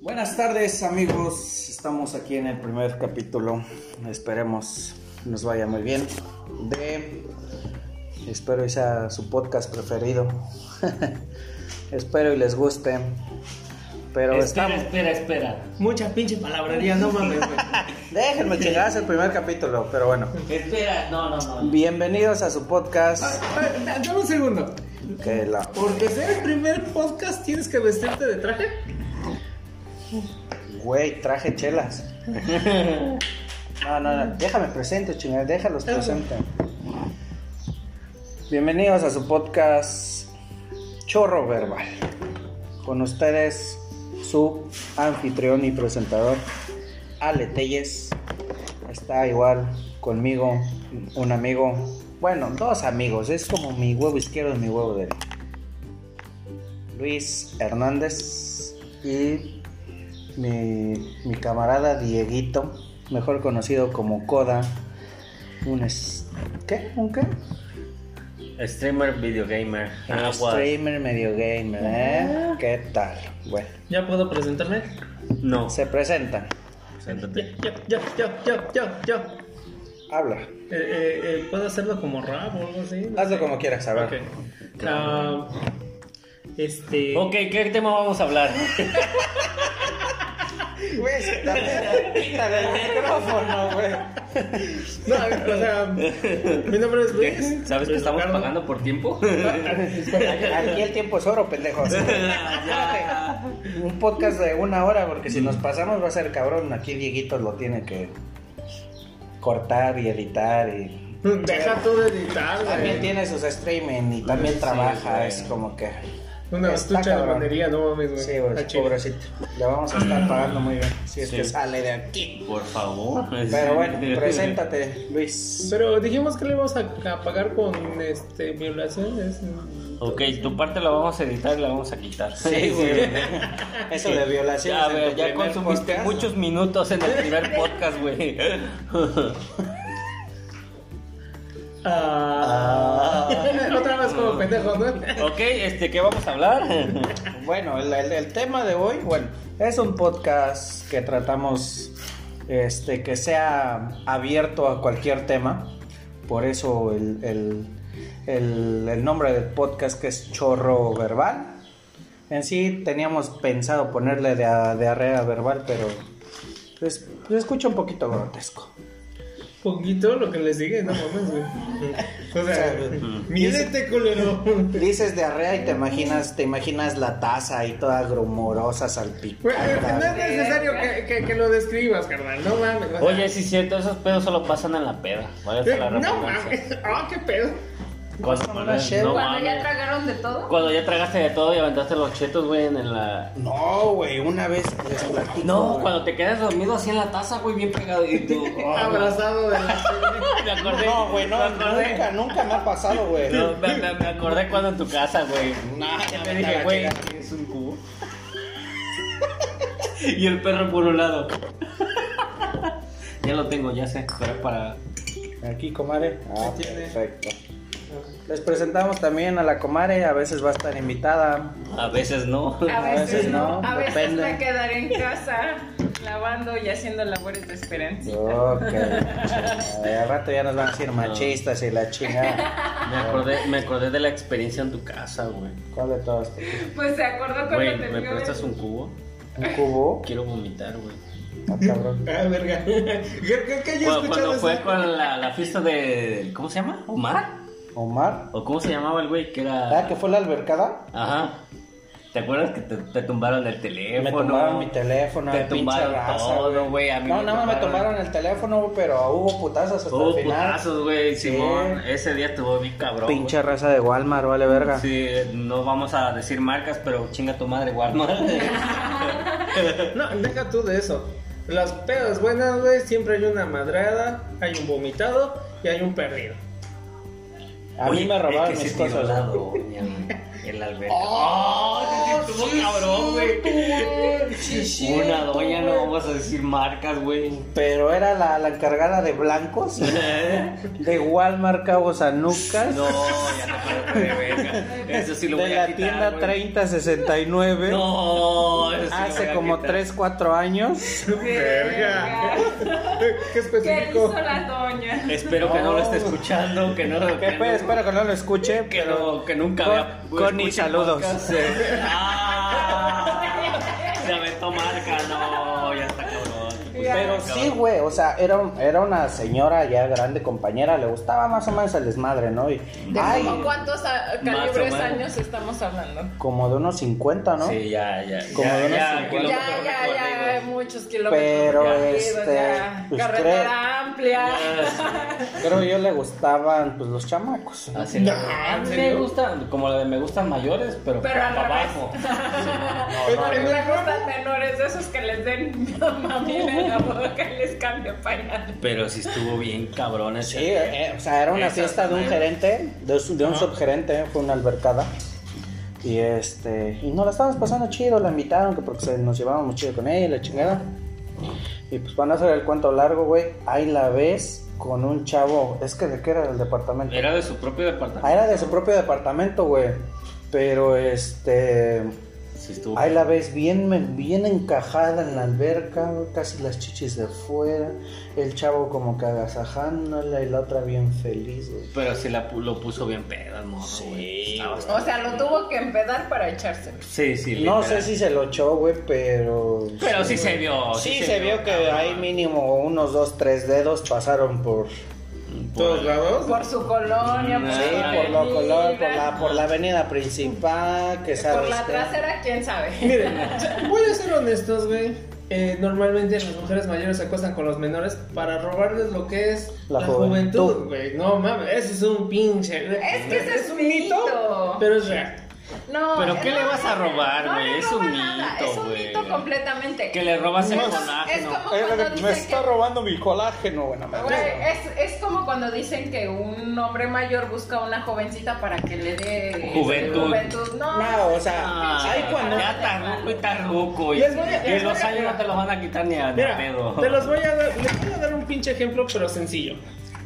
Buenas tardes amigos, estamos aquí en el primer capítulo, esperemos nos vaya muy bien, de, espero que sea su podcast preferido, espero y les guste, pero espera, estamos, espera, espera. Mucha pinche palabrería, no mames, güey. déjenme llegar el primer capítulo, pero bueno, espera, no, no, no. bienvenidos a su podcast, Dame un segundo. que la... Porque ser el primer podcast tienes que vestirte de traje. Güey, traje chelas. No, no, no, déjame presente, chingados, déjalos presente. Bienvenidos a su podcast Chorro Verbal. Con ustedes, su anfitrión y presentador, Ale Telles. Está igual conmigo, un amigo. Bueno, dos amigos, es como mi huevo izquierdo y mi huevo derecho. Luis Hernández y mi, mi camarada Dieguito, mejor conocido como Coda, un es- ¿qué? ¿Un qué? Streamer, videogamer, Un Ah, streamer medio gamer, ¿eh? Ah. ¿Qué tal? Bueno, ¿Ya puedo presentarme? No, se presentan, siéntate. Yo, yo, yo, yo, yo, yo. habla, Eh, eh, eh, ¿Puedo hacerlo como rap o algo así? No hazlo sé. como quieras, a ver. Ok. Ah, este. Ok, ¿qué tema vamos a hablar? Güey, dale, quítale el micrófono, güey. No, o sea, mi nombre es Luis. ¿Sabes que Luis estamos Ricardo. pagando por tiempo? Pues, Aquí el tiempo es oro, pendejos. Un podcast de una hora, porque si nos pasamos va a ser cabrón. Aquí Dieguito lo tiene que cortar y editar y Deja tú de editar, También güey. tiene sus streaming y también Sí, trabaja, güey. es como que... Una Está estucha de cabrón. bandería, no mames, güey. Ah, Sí, güey, Está chido. pobrecito. Le vamos a estar pagando muy bien, si es Sí. que sale de aquí. Por favor. Pero bueno, preséntate, Luis. Pero dijimos que le íbamos a, a pagar con este, violaciones. Ok, tu parte la vamos a editar y la vamos a quitar. Sí, güey. Eso de violaciones Ya, en güey, tu ya primer consumiste podcast. muchos minutos en el primer podcast, güey. Ah. Otra vez como pendejo, ¿no? ok, este, ¿qué vamos a hablar? Bueno, el, el- el tema de hoy, bueno, es un podcast que tratamos este, que sea abierto a cualquier tema. Por eso el, el- el- el nombre del podcast que es Chorro Verbal. En sí teníamos pensado ponerle de diarrea verbal, pero pues, se escucha un poquito grotesco. Poquito lo que les dije, no mames, güey. O sea, mídete, culero. Dices diarrea y te imaginas, te imaginas la taza ahí toda grumorosa, Güey, Pues, eh, No es salpicada. necesario que, que- que lo describas, carnal, no mames. o sea, Oye, sí es cierto, esos pedos solo pasan en la peda. Vaya eh, la no redundancia. mames, ah, qué pedo. Cuando, Pasan una chela. no Cuando ya mames. tragaron de todo. Cuando ya tragaste de todo y aventaste los chetos, güey, en la... No, güey, una vez les platico. No, güey. cuando te quedas dormido así en la taza, güey, bien pegado y tú... Abrazado de la. Ah, Me acordé. No, güey, no, me acordé. nunca, nunca me ha pasado, güey. No, me, me- me acordé cuando en tu casa, güey. Nah, ya Que me te dije, estaba güey, chingando. es un cubo. y el perro por un lado. ya lo tengo, ya sé. Pero es para. Aquí, comare. Ah, tiene. perfecto. Les presentamos también a la comare, a veces va a estar invitada. A veces no. A veces no. A veces depende. me quedaré en casa lavando y haciendo labores de esperanza. Ok. chingada, Al rato ya nos van a decir machistas y la chingada. Me acordé, me acordé de la experiencia en tu casa, güey. ¿Cuál de todas? Pues se acordó cuando Güey, te ¿me vio prestas de- un cubo? ¿Un cubo? Quiero vomitar, güey. Ah, cabrón. Ah, verga. Creo creo que yo he Cuando, escuchado cuando fue eso. con la, la fiesta de. ¿Cómo se llama? ¿Omar? ¿Omar? ¿O cómo se llamaba el güey? Que era. ¿Ah, que fue la albercada? Ajá. ¿Te acuerdas que te, te tumbaron el teléfono? Me tomaron mi teléfono, Te la pinche tumbaron raza, todo, güey. a mí No, nada más me tomaron el teléfono, pero hubo putazas hasta Hubo el final. putazos, güey, Sí. Simón. Ese día estuvo bien cabrón. Pinche raza de Walmart, vale verga. güey. Sí, no vamos a decir marcas, pero chinga tu madre, Walmart. No, deja tú de eso. Las pedas buenas, güey, siempre hay una madrada, hay un vomitado y hay un perdido. A mí Oye, me robaron es que mis se tiró cosas. la doña, güey, en la alberca. ¡Oh, sí, cabrón, güey. Una doña, no vamos a decir marcas, güey. Pero era la, la encargada de blancos de Walmart Cabo Sanucas. No, ya no puedo creer, verga. Eso sí lo de voy la a quitar. tienda güey. 3069. No, eso sí lo voy hace a como quitar. 3, 4 años. Verga. Qué ¿Qué hizo específico. la doña? Espero que no lo esté escuchando, que no. Que pues, espero que no lo escuche, que pero no- que nunca Con- vea. Connie, escuche saludos. podcast, eh. Ah, se aventó marca, no, ya está cabrón. Ya. Pues, Pero sí, güey, o sea, era, un- era una señora ya grande, compañera, le gustaba más o menos el desmadre, ¿no? Y, ¿De ay, como cuántos a- Más calibres o menos. años estamos hablando? como de unos 50, ¿no? Sí, ya, ya. Como ya, de unos ya, 50. que lo Ya, mejor ya, ya, recuerdo. muchos kilómetros. Pero, recorridos, este, ya. pues, Carretera creo- amplia. Pero yo le gustaban, pues, los chamacos. Así a mí me gustan, como la de me gustan mayores, pero, Pero para al revés. abajo. Me gustan menores de esos que les den mami en la boca y les cambia pañal. Pero sí estuvo bien cabrón ese. Sí, eh, eh, o sea, era una Esas fiesta de un también. gerente, de, su- de un subgerente, fue una albercada. Y este, y nos la estábamos pasando chido, la invitaron, que porque se- nos llevábamos chido con ella y la chingada. Y pues van a hacer el cuento largo, güey. Ahí la ves con un chavo, es que de qué era del departamento. Era de su propio Ah, departamento. era de su propio departamento, güey. Pero este, Sí estuvo. ahí la ves bien, bien encajada en la alberca, güey, casi las chichis de fuera. El chavo como que agasajándola y la otra bien feliz, güey. Pero sí la, pu- lo puso bien pedo el morro, güey. Estaba O bastante- sea, lo tuvo que empedar para echárselo. Sí, sí. No sé literal. si se lo echó, güey, pero. Pero sí se vio. Sí, se vio que hay mínimo unos dos, tres dedos pasaron por. ¿Todos lados? Por su colonia, por, Ah, Sí, su por lo avenida, color, por la, por la avenida principal, que sabe por la usted. trasera, quién sabe. Miren, voy a ser honestos, güey. Eh, normalmente las mujeres mayores se acuestan con los menores para robarles lo que es La la, juventud. juventud, güey. No mames, ese es un pinche. Es que ese es un mito. pero es real. No, ¿Pero qué le vas a robar, no, no güey? le Es un roba nada, mito, Es un güey. mito completamente. Que le robas el Es Pues, como- colágeno. Es como cuando dicen que- robando mi colágeno, bueno, Güey, es, es como cuando dicen que un hombre mayor busca a una jovencita para que le dé Juventud. No, No, o sea, Ah, ahí cuando. Ya tarruco y tarruco. Y, Les voy a- y les los voy a- años no te los van a quitar ni a, ni a Mira, pedo. te los voy a dar, les voy a dar un pinche ejemplo, pero sencillo.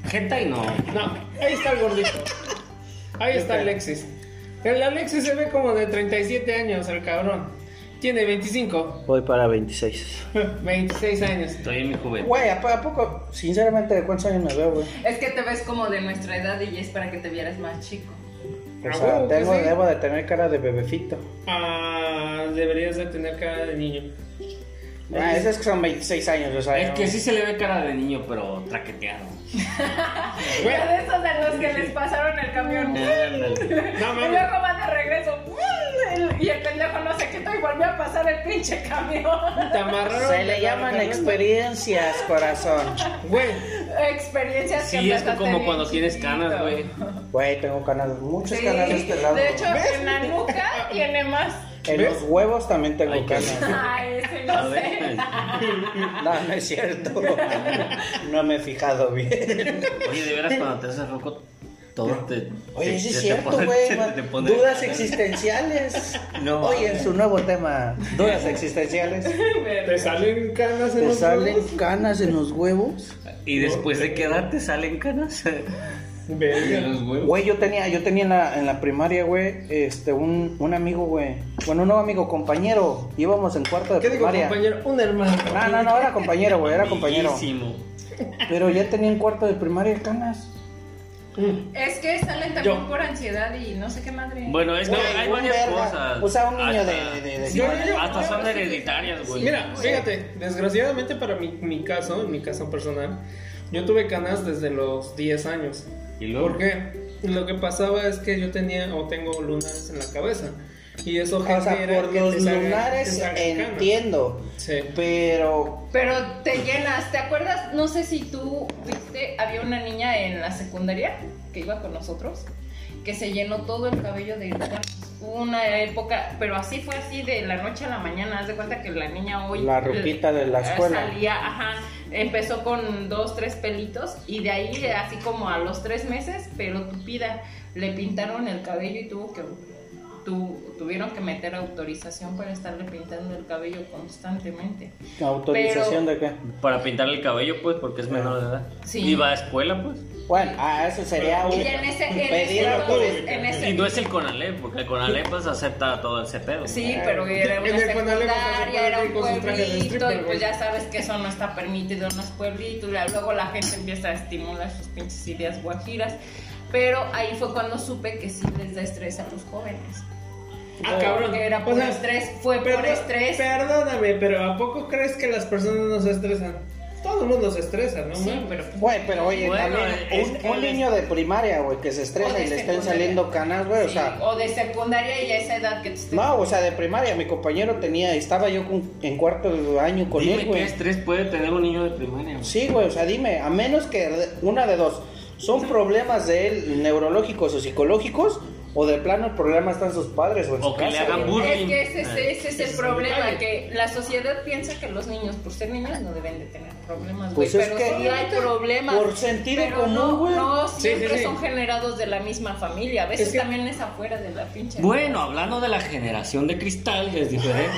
Gente y no. No, ahí está el gordito. Ahí está Alexis. El Alexis se ve como de 37 años, el cabrón. Tiene 25, Voy para 26. 26 años. Estoy en mi juventud. Güey, ¿a po- a poco? Sinceramente, ¿de cuántos años me veo, güey? Es que te ves como de nuestra edad y es para que te vieras más chico. O Ah, sea, huevo que tengo, sí. debo de tener cara de bebecito. Ah, deberías de tener cara de niño. Ah, esos que son 26 años, o sea. Es no- que sí se le ve cara de niño, pero traqueteado. Güey, Ya de esos de los que les pasaron el camión. Ándale. No y mames. luego van de regreso. Y el pendejo no se quitó y volvió a pasar el pinche camión. Te amarraron. Se le llaman experiencias, corazón. Güey, Experiencias que Sí, es empezaste como bien cuando tienes chiquito. canas, güey. Güey, tengo canales, muchos Sí, canales de este lado. de hecho, en la nuca tiene más. en ¿ves? los huevos también tengo Ay, qué- canas. Ay, ese A no sé. ver. No, no es cierto. No me he fijado bien. Oye, de veras cuando te haces roco, todo te. Oye, te- sí te- es te cierto, pone- güey. te- man. te pone- Dudas existenciales. No, Oye, en mames. su nuevo tema, dudas existenciales. te salen canas en ¿Te los salen huevos? canas en los huevos? Y después de qué edad te salen canas. De Verga. los huevos. Güey, yo tenía, yo tenía en la, en la primaria, güey, este, un, un amigo, güey. Bueno, un nuevo amigo, compañero. Íbamos en cuarto de ¿Qué digo, primaria. compañero? Un hermano. No, no, no, era compañero, güey, era compañero. Amiguísimo. Pero ya tenía en cuarto de primaria canas. Mm. Es que salen también Yo. por ansiedad y no sé qué madre. Bueno, es que Güey, Pues hay un varias verga. cosas. O sea, un niño Hasta- de- de- de- Sí, Yo- yo- hasta yo- son hereditarias, güey. Mira, Sí. fíjate, desgraciadamente para mi, mi caso, en mi caso personal, yo tuve canas desde los 10 años. Y luego. ¿Por qué? Lo que pasaba es que yo tenía o tengo lunares en la cabeza. Y eso O sea, genera por que los te salgan- te lunares salgan canas. entiendo. Sí. Pero Pero te llenas, ¿te acuerdas? No sé si tú viste, había una niña en la secundaria que iba con nosotros, que se llenó todo el cabello de canas. Hubo Una época, pero así fue así de la noche a la mañana. Haz de cuenta que la niña hoy. la rupita de la eh, escuela. Salía, ajá. Empezó con dos, tres pelitos y de ahí, de así como a los tres meses, pero tupida, le pintaron el cabello y tuvo que tu- tuvieron que meter autorización para estarle pintando el cabello constantemente. ¿Autorización de qué? Para pintarle el cabello, pues, porque es menor de edad. Sí. Y va a escuela, pues. Bueno, ah, eso sería un Y ya en ese, en pedir ese entonces, autorización. en ese- Y no es el Conalep, porque el Conalep pues acepta todo ese pedo. Sí, pero era En una el Conalep, o sea, se secundaria, puede era un ir con su traje de pueblito, y stripper, güey. pues ya sabes que eso no está permitido en los pueblitos, y luego la gente empieza a estimular sus pinches ideas guajiras. Pero ahí fue cuando supe que sí les da estrés a los jóvenes. Ah, cabrón. Era O por sea, estrés, fue por Perdón- estrés. Perdóname, pero ¿a poco crees que las personas no se estresan? Todo el mundo se estresa, ¿no? Sí, mames? pero Güey, pero oye, Bueno, también es un, que un les- niño de primaria, güey, que se O estresa de y le estén secundaria. saliendo canas, güey, o sí, sea... de secundaria y a esa edad que te estoy- No, o sea, de primaria, mi compañero tenía, estaba yo con- en cuarto de año con Dime él, qué güey. estrés puede tener un niño de primaria. güey. Sí, güey, o sea, dime, a menos que de- una de dos, son problemas de él neurológicos o psicológicos, o de plano el problema están sus padres o en O su que le casa, hagan güey. bullying. Es que ese, ese- ese es Ese es el el problema, detalle. que la sociedad piensa que los niños, por ser niños, no deben de tener problemas, güey. Pues es pero que- sí hay problemas. por sentido pero común, no, güey. No Sí, siempre sí, sí. son generados de la misma familia. A veces Es que- también es afuera de la pinche. Bueno, hablando de la generación de cristal, es diferente.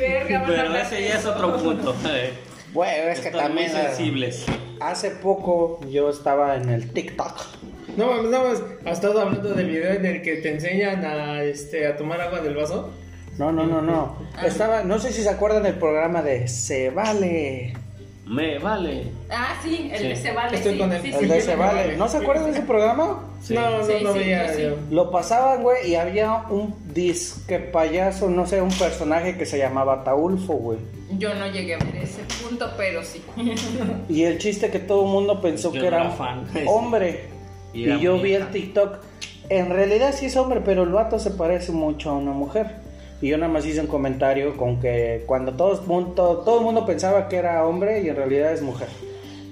Verga, van a pero hablar ese ya de es eso. otro punto. eh. Güey, es que Están también... muy ah, sensibles. Hace poco yo estaba en el TikTok. No mames, no mames. ¿Has estado hablando del video en el que te enseñan a, este, a tomar agua del vaso? No, no, no, no. Ah. Estaba, no sé si se acuerdan del programa de Se Vale. Me vale. Ah, sí, el de Sí. se vale. Estoy sí, con él. sí, El sí. de Se Vale. ¿No se acuerdan de ese programa? Sí. No, no, Sí, no sí, veía yo sí. yo. Lo pasaban, güey, y había un disque payaso, no sé, un personaje que se llamaba Taulfo, güey. Yo no llegué a ver ese punto, pero sí. Y el chiste que todo el mundo pensó Yo que no era era fan. hombre. Y Y, era yo vi mujer. el TikTok. En realidad sí es hombre, pero el vato se parece mucho a una mujer. Y yo nada más hice un comentario con que cuando todo el mundo, todo el mundo pensaba que era hombre y en realidad es mujer.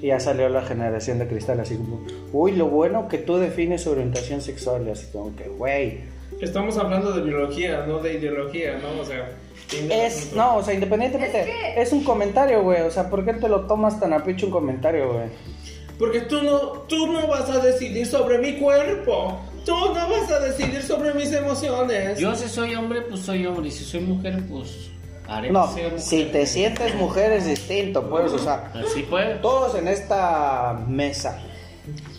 Y ya salió la generación de cristal así como, uy, lo bueno que tú defines su orientación sexual. Y así como que, güey. Estamos hablando de biología, no de ideología, ¿no? O sea... fin del Es, asunto. no, o sea, independientemente, Es es, que- un comentario, güey. O sea, ¿por qué te lo tomas tan a pecho un comentario, güey? Porque tú no, tú no vas a decidir sobre mi cuerpo. Tú no vas a decidir sobre mis emociones. Yo si soy hombre, pues soy hombre. Y si soy mujer, pues haré. No, que sea mujer. si te sientes mujer es distinto, pues, o sea, Así pues. todos en esta mesa.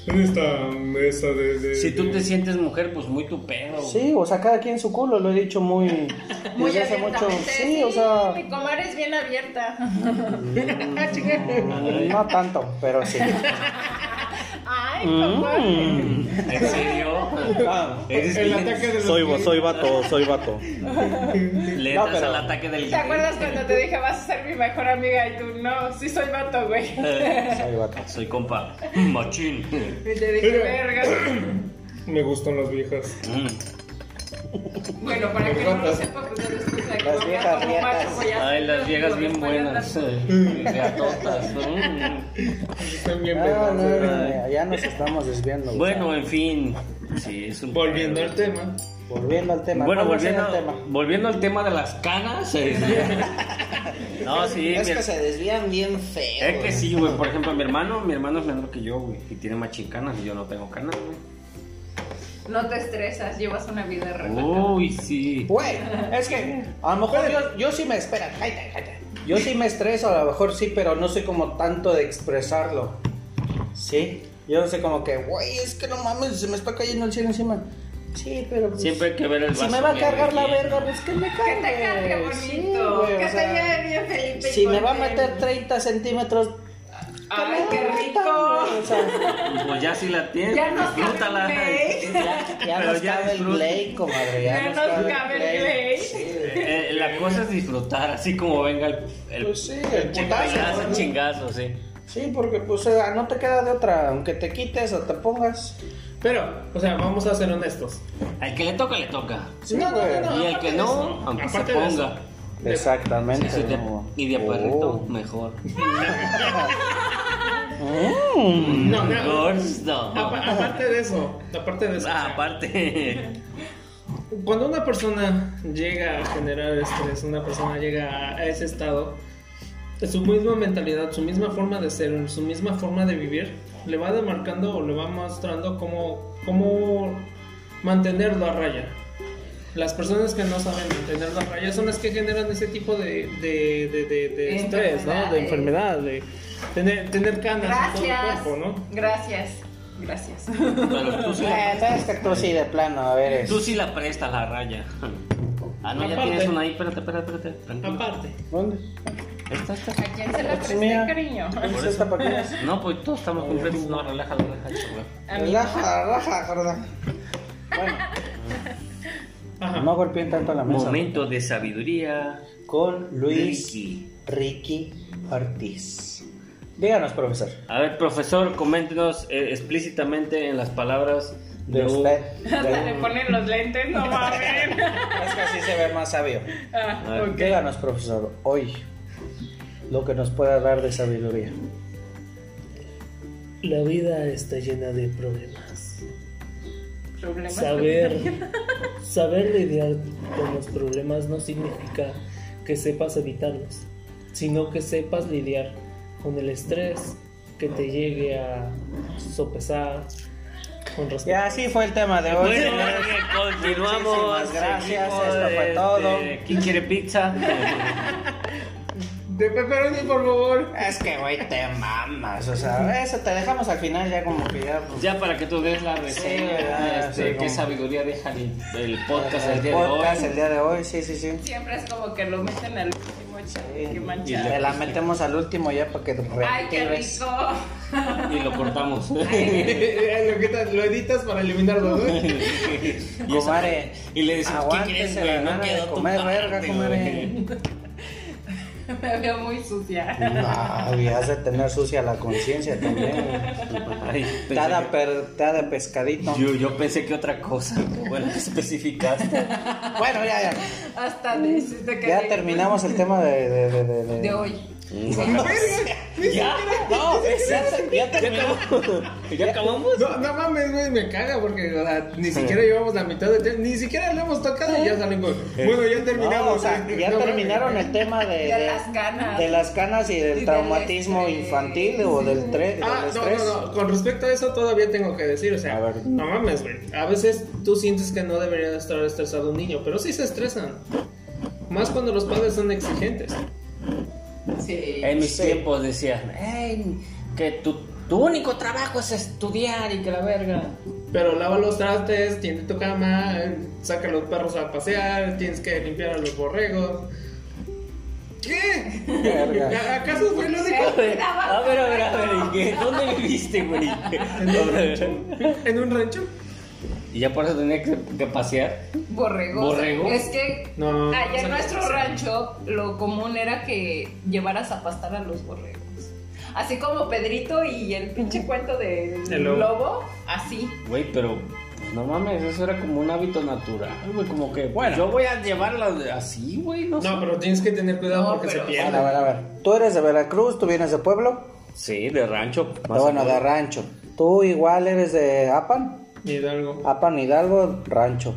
En esta mesa de... de- Si tú de- te sientes mujer, pues muy tu pedo. güey. Sí, o sea, cada quien su culo, lo he dicho muy. Muy desde hace abiertamente. mucho. Sí, o sea. Mi comadre es bien abierta. No tanto, pero sí. Ay, comadre. ¿En serio? Ah, Eres El bien- ataque de los... "Ah". vato, soy vato. Le No, das pero- al ataque del ¿Te acuerdas cuando te dije vas a ser mi mejor amiga y tú no? Sí soy vato, güey. Soy vato. Soy compa. Machín. Y te dije, Pero- verga. Me gustan las viejas. Mm. Bueno, para que no lo sepa, pues yo lo estoy sacando Las viejas como viejas. macho, pues, ya Ay, sé, las pero viejas lo bien estoy buenas. hablando. eh, Gatotas. mm. Están bien ¿eh? Ah, no, pedazo. no, no, ya nos estamos desviando. güey. Bueno, en fin. Sí, es un- Volviendo al tema. volviendo al tema. Bueno, ¿cuál va a ser volviendo, el tema? volviendo al tema de las canas. eh, no, sí, es mi- que se desvían bien feo. Es que güey. sí, güey. Por ejemplo, mi hermano, mi hermano es menor que yo, güey. Y tiene más chicanas y yo no tengo canas, güey. No te estresas, llevas una vida relajada. Uy, sí. Güey, es que a lo mejor yo, yo sí me espera. cállate, cállate. Yo sí me estreso, a lo mejor sí, pero no soy como tanto de expresarlo. Sí, yo sé como que, güey, es que no mames, se me está cayendo el cielo encima. Sí, pero. pues, Siempre hay que ver el vaso. Si me va a medio cargar la lleno. verga, pues que me Que cargue. te cargue bonito, Sí, güey, o que te sea, lleve bien Felipe. y Si me va a contento. meter 30 centímetros. Ay, que qué me rico. metan, güey, o sea, Pues ya si la tienes, Ya nos cabe disfrútala. un break. ya Pero nos ya cabe el disfruta. play, comadre. Ya, Ya nos cabe el play. Sí, Eh, la cosa es disfrutar, así como venga el, el, Pues sí, el chingazo, putazo. el ¿no? chingazo, sí. Sí, porque pues o sea, no te queda de otra, aunque te quites o te pongas. Pero, o sea, vamos a ser honestos. Al que le toca, le toca. Sí, No, no, güey. no, Y al aparte que de no, eso, aunque se aparte de eso. ponga. Exactamente. Eso de- no. y de perrito, Oh. mejor. Mm. No, no. Mejor, no. Apa- aparte de eso, aparte de eso. Ah, o sea, aparte. Cuando una persona llega a generar estrés, una persona llega a ese estado, su misma mentalidad, su misma forma de ser, su misma forma de vivir, le va demarcando o le va mostrando cómo, cómo mantenerlo a raya. Las personas que no saben mantenerlo a raya son las que generan ese tipo de, de, de, de- de estrés, ¿no? De Enfermedades. enfermedad, de tener, tener canas en todo el Gracias. cuerpo, ¿no? Gracias. Gracias. Pero tú sí, Eh, no, es que tú sí, de plano, a ver. es- tú sí la prestas la raya. Ah, no, ya Aparte. tienes una ahí. Espérate, espérate, espérate. Tranquilo. Aparte. ¿Dónde? Esta, esta. ¿A quién se la Pues presté, mira. cariño? ¿Es esta para quién es? No, pues todos estamos completos. No, relaja, relaja, chaval. A mí. Relaja, relaja, gorda. Bueno, Ajá. no golpeen tanto la mesa. Momento de sabiduría. Con Luis Ricky. Ricky Ortiz. Díganos, profesor. A ver, profesor, coméntenos eh, explícitamente en las palabras de, De un- usted. Hasta De- le ponen los lentes, no mames. Es que así se ve más sabio. Ah, ver. ok. Díganos, profesor, hoy lo que nos pueda dar de sabiduría. La vida está llena de problemas. Problemas. Saber, saber lidiar con los problemas no significa que sepas evitarlos, sino que sepas lidiar con el estrés que te llegue a sopesar con respecto Y así fue el tema de hoy. Bueno, señores. eh, continuamos. Muchísimas gracias, Seguimos, esto fue todo. ¿Quién quiere pizza? De pepperoni, por favor. Es que, güey, te mamas. O sea, eso te dejamos al final ya como que ya. pues, ya para que tú des la reseña, Sí, ¿verdad? este, Sí, qué como- sabiduría deja el, el podcast el, día podcast de el hoy. día de hoy, sí, sí, sí. Siempre es como que lo meten al último Sí. chale. Qué Y le- Te manchado. la metemos al último ya para que Ay, qué reactives. rico. Y lo cortamos. lo, quitas- lo editas para eliminarlo, ¿no? Y esa- Comare, y le decimos, ¿qué aguántese quieres, la güey? No gana de quedó tu comer parte, verga, güey". comare. Me veo muy sucia. No, y has de tener sucia la conciencia también. güey. Ay, pensé Cada, que- per- cada pescadito. yo, yo pensé que otra cosa, qué bueno que especificaste. Bueno, ya, ya. Hasta necesito que. Mm. Ya terminamos el tema de, de, de, de- de- De hoy. ¿Ya? No, ya, te- ya terminamos. ¿Ya acabamos? No, no mames, güey, me caga porque o sea, ni siquiera llevamos la mitad de tema, ni siquiera lo hemos tocado y ya salen con. Bueno, ya terminamos. Eh, No, o sea, güey. ya No mames. terminaron el tema de, De las canas. de las canas y del Y del este, traumatismo estrés. infantil o del, tre- Ah, del no, estrés. no, no, con respecto a eso todavía tengo que decir, o sea, A ver. no mames, güey. A veces tú sientes que no debería estar estresado un niño, pero sí se estresan. Más cuando los padres son exigentes. Sí. En mis Sí. tiempos decían, "Ey, que tu, tu único trabajo es estudiar y que la verga. Pero lava los trastes, tiende tu cama, eh, saca los perros a pasear, tienes que limpiar a los borregos. ¿Qué? Verga. ¿Acaso fue lo único? A ver, a ver, a ver, a ver, ¿y qué? ¿dónde viviste, güey? ¿En un rancho? Y ya por eso tenía que, que pasear. Borrego. Borrego. Es que No. allá en no, nuestro no. rancho lo común era que llevaras a pastar a los borregos. Así como Pedrito y el pinche cuento del El lobo. lobo. así. Güey, pero pues, no mames, eso era como un hábito natural, güey, como que yo voy a llevarla de- así, güey, no, sé. No, pero tienes que tener cuidado No, porque se pero- A ver, pierde. a ver, a ver. Tú eres de Veracruz, tú vienes de pueblo. Sí, de rancho. más o bueno, de menos. rancho. Tú igual eres de Apan. Hidalgo. Apan Hidalgo, rancho.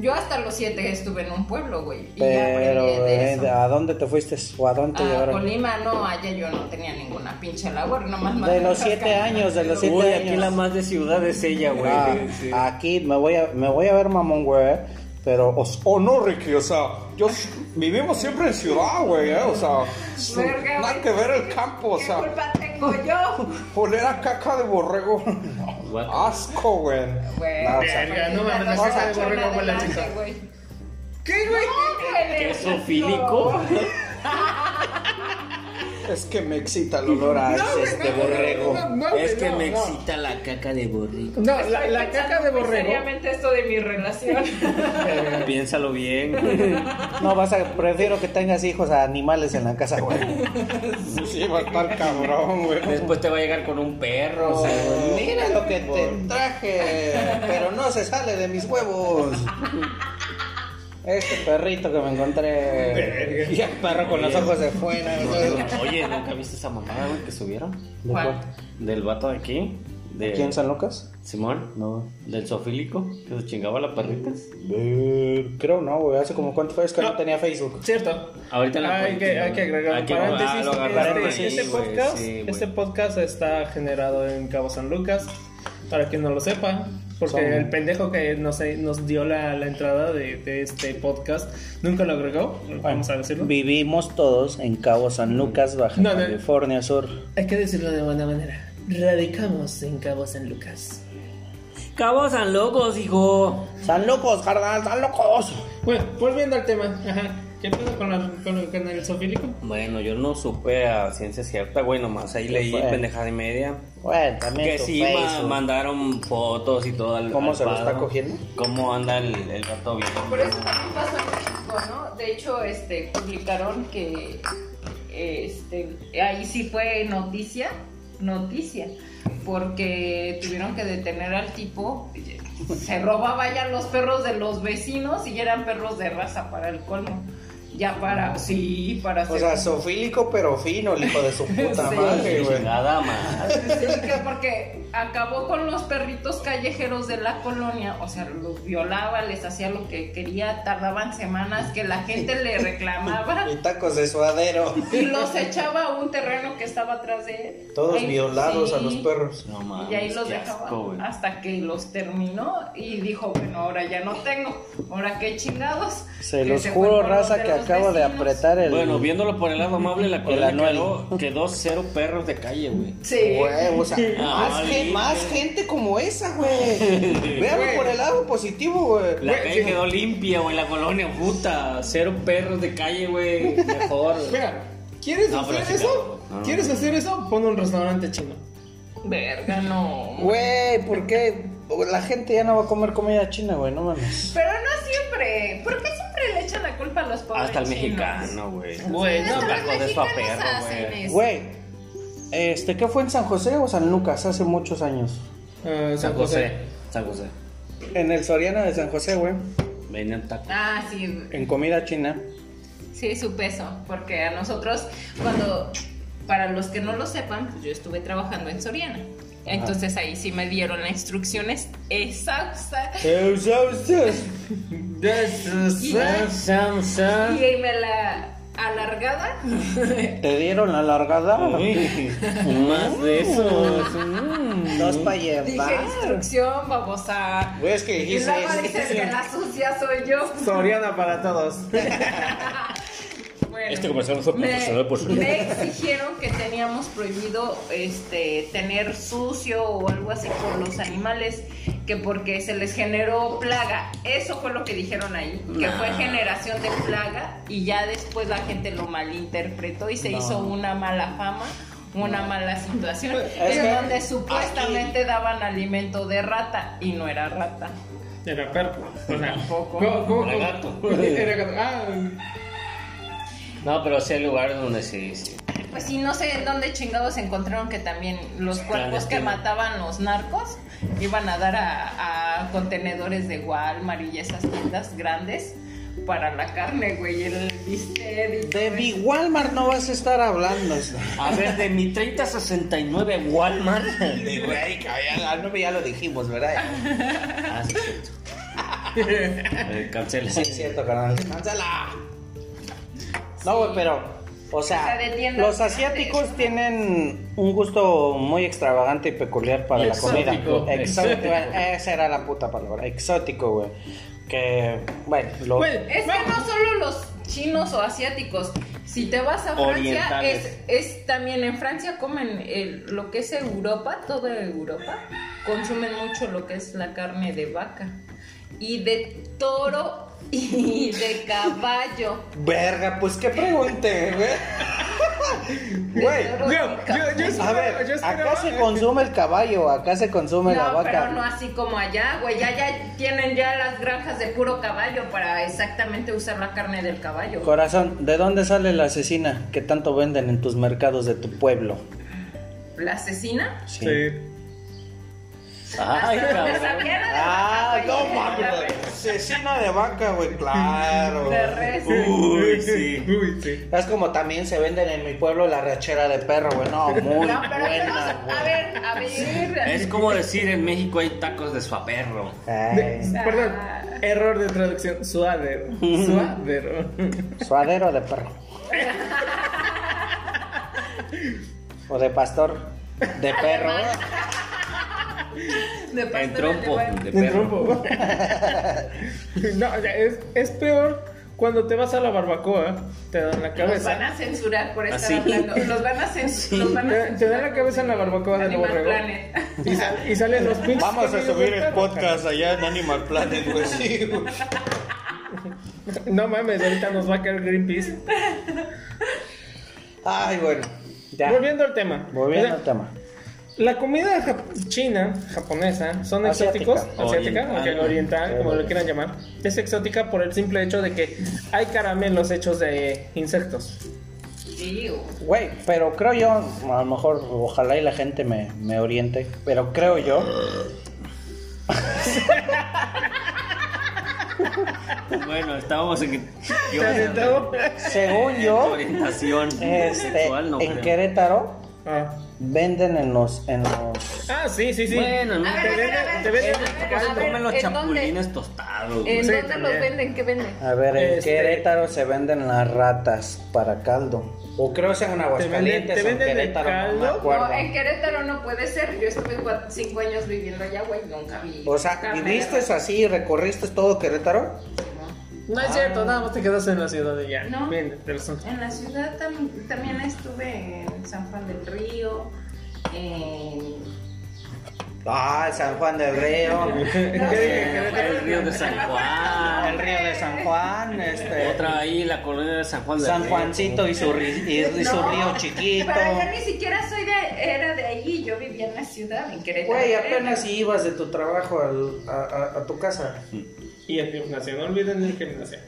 Yo hasta los siete estuve en un pueblo, güey. Y ya Pero, aprendí de eh, eso. ¿a dónde te fuiste? ¿O a dónde te A llevaron? Colima no, allá yo no tenía ninguna pinche labor, nomás De mandaba los esas siete cajas. años, de los siete Uy, años. aquí la más de ciudad es ella, güey. Ah, Sí. Aquí me voy a, me voy a ver mamón, güey. eh, Pero, o, s- o no, Ricky, o sea, yo s- vivimos siempre en ciudad, güey, eh, o sea, s- Verga, nada güey. que ver el campo, o ¿Qué sea, culpa tengo yo? oler a caca de borrego, Guaca. Ah, asco, güey. Güey. No, o sea, Verga, no De mames, los la caja de ocho en borrego huele a adelante, chica. güey. ¿Qué, güey? No, güey, ¿Queso no. fílico? es que me excita el olor a No, güey, heces de no, no, borrego. no, no, Este, es no, que me no. excita la caca de borrico. No, Estoy la, la pensando caca de muy borrego. Seriamente esto de mi relación. Piénsalo bien. No, vas a, prefiero que tengas hijos a animales en la casa, güey. Sí, va a estar cabrón, güey. Después te va a llegar con un perro. o sea, güey. Mira lo que te traje, pero no se sale de mis huevos. Este perrito que me encontré. Y el perro con los ojos de fuera. güey. Oye, ¿nunca viste esa mamada, güey, que subieron? ¿Cuál? Del vato de aquí. De ¿Aquí en San Lucas? Simón. No. Del sofílico, que se chingaba las perritas. Creo no, güey. Hace como cuánto fue, es que no tenía Facebook. Cierto. Ahorita la Ah, hay, que, hay que agregar Hay un que- ah, paréntesis. lo agarraron este, ahí, este güey, podcast, sí, güey. este podcast está generado en Cabo San Lucas. Para quien no lo sepa, Porque Son- el pendejo que nos, nos dio la, la entrada de, de este podcast nunca lo agregó. Vamos a decirlo. Vivimos todos en Cabo San Lucas, Baja No, no. California Sur. Hay que decirlo de buena manera. Radicamos en Cabo San Lucas. Cabo San Locos, hijo. ¡San locos, carnal! ¡San locos! Bueno, volviendo al tema. Ajá. ¿Qué pasa con, la, con el canal zoofílico? Bueno, yo no supe a ciencia cierta, güey, nomás ahí leí fue? pendejada y media. Bueno, también Que tu sí, ma- Facebook. mandaron fotos y todo al ¿Cómo al se lo está cuadro. cogiendo? ¿Cómo anda el, el gato bien? Por eso también pasó en México, ¿no? De hecho, este, publicaron que este, ahí sí fue noticia, noticia, porque tuvieron que detener al tipo, se robaba ya los perros de los vecinos y eran perros de raza para el colmo. Ya para, sí, para O sea, sofílico pero fino, el hijo de su puta Sí. madre, güey. Chingada madre. Sí, que porque acabó con los perritos callejeros de la colonia, o sea, los violaba, les hacía lo que quería, tardaban semanas que la gente le reclamaba Y tacos de suadero. y los echaba a un terreno que estaba atrás de él. Todos Ahí- violados a sí. los perros. No mames. Y ahí los qué dejaba asco, güey. hasta que los terminó y dijo, bueno, ahora ya no tengo, ahora qué chingados. Se Que los fue juro, con los raza, de que los acabo de vecinos. apretar el. Bueno, viéndolo por el lado amable, la colonia Anuel. quedó, quedó cero perros de calle, güey. Sí. Güey, o sea, más, Ay, gen- güey. más gente como esa, güey. Veanlo por el lado positivo, güey. La calle quedó limpia, güey, la colonia, puta. Cero perros de calle, güey. Mejor. Mira, ¿quieres No, pero hacer sí, eso? claro. No, no, ¿Quieres no. hacer eso? Pon un restaurante chino. Verga, no. Güey, ¿por qué? La gente ya no va a comer comida china, güey, no mames. Pero no siempre. ¿Por qué siempre le echan la culpa a los pobres Hasta el chinos? mexicano, güey. Güey, no, Hasta los Bajo de su mexicanos aperro, hacen güey. eso. Güey, este, ¿qué fue en San José o San Lucas hace muchos años? Ah, San José. San José. En el Soriana de San José, güey, Venían tacos. Ah, sí, en comida china. sí, su peso. Porque a nosotros, cuando, para los que no lo sepan, pues yo estuve trabajando en Soriana. Entonces ahí sí me dieron las instrucciones exactas. Pues ah. Y ahí me la alargada. Te dieron la largada. Uy, Más de eso. Dos pa' llevar. Dije instrucción, vamos a. Güey, es que Y dijiste. luego dices que la sucia soy yo. Soriana para todos. Bueno, Este comercial no fue me- patrocinado por Soriana. Me exigieron que teníamos prohibido este tener sucio o algo así por los animales, que porque se les generó plaga. Eso fue lo que dijeron ahí, que fue generación de plaga y ya después la gente lo malinterpretó y se hizo una mala fama. Una mala situación Es que en donde supuestamente daban alimento de rata y no era rata. Era perro. O sea, Tampoco. ¿cómo, cómo, Era cómo? gato. Era gato. Ah, No, pero sí hay lugares donde sí, sí. Pues sí, no sé en dónde chingados encontraron que también los cuerpos que Clandestino. mataban los narcos iban a dar a, a contenedores de Walmart y esas tiendas grandes para la carne, güey, el bistec. y todo De eso. mi Walmart no vas a estar hablando. A ver, de mi 3069 Walmart. güey, ya, no, ya lo dijimos, ¿verdad? Ah, sí, cierto. Eh, Cancela. Sí, es cierto, carnal. ¡Cáncela! No, güey, pero. O sea, O sea, de tiendas los asiáticos tienen un gusto muy extravagante y peculiar para la Exótico. comida. Exótico. Esa era la puta palabra. Exótico, güey. Que, bueno, lo. Güey. Es que no solo los chinos o asiáticos. Si te vas a Francia, Orientales. es, es también en Francia comen el- lo que es Europa, toda Europa, consumen mucho lo que es la carne de vaca y de toro y de caballo. Verga, pues qué pregunte, güey. De Güey. toro y Yo, caballo. yo, yo esperaba, A ver, yo esperaba- acá se consume el caballo, acá se consume la No, pero vaca. no así como allá, güey. Ya, ya tienen ya las granjas de puro caballo para exactamente usar la carne del caballo. Corazón, ¿de dónde sale la asesina que tanto venden en tus mercados de tu pueblo? ¿La asesina? Sí. Sí. Ay, ¿La cabrón. sabía la de Ah, vaca, no güey? mames. Asesina de vaca, güey, claro. De res. Uy, sí. Uy, sí. Es como también se venden en mi pueblo la rachera de perro, güey. No, muy No, pero eso no buena, se- güey. a ver, a ver. Es como decir en México hay tacos de suaperro. Ay, Perdón, error de traducción. Suadero. Suadero. suadero de perro. O de pastor. De perro. De pastel En trompo, alemán. de Me perro. trompo. no, o sea, es, es peor cuando te vas a la barbacoa, te dan la Nos cabeza. van a censurar por estar Así. hablando. Nos van a censurar. Nos van a Te- te censurar dan la cabeza en la barbacoa de Animal nuevo borrego. Planet. Y, sal- y salen los pinches. Vamos a colmillos subir del el perro, podcast allá en Animal Planet, güey. Sí, güey. cara. No mames, ahorita nos va a caer Greenpeace. Ay, bueno. Ya. Volviendo al tema. Volviendo O al sea, tema. La comida jap- china, japonesa, son Asiática. exóticos, asiática, Oriental. aunque oriental, como lo quieran llamar. Es exótica por el simple hecho de que hay caramelos hechos de insectos. Ew. Güey, pero creo yo, a lo mejor, ojalá y la gente me, me oriente, pero creo yo. Bueno, estábamos en que. ¿Te has sentado? Según Tu yo, orientación este, sexual no en creo. Querétaro Ah. venden en los, en los. Ah, sí, sí, sí. Bueno, no A Te ver, venden- a ver, te venden- a ver, Casi a ver, comen los ¿en dónde? chapulines tostados. ¿En Sí, dónde los también. venden? ¿Qué venden? A ver, en Este- Querétaro se venden las ratas para caldo. O creo que sea en Aguascalientes, te o en venden de Querétaro, no me caldo? acuerdo. No, en Querétaro no puede ser. Yo estuve cua- cinco años viviendo allá, güey, nunca vi. O sea, carne de ¿viviste res. así, recorriste todo Querétaro? No es cierto, nada más te quedas en la ciudad de ya. No. Ah, Bien, te lo son. En la ciudad tam- también estuve en San Juan del Río, en... Ah, San Juan del Río, El río de San Juan. el río de San Juan, este. Otra ahí, la colonia de San Juan. del San Río. Juancito y su, ri- y- y su No, río chiquito. Pero yo ni siquiera soy de, era de allí, yo vivía en la ciudad, en Querétaro. Güey, apenas si ibas de tu trabajo al- a, a- a tu casa. Y el gimnasio, no olviden el gimnasio.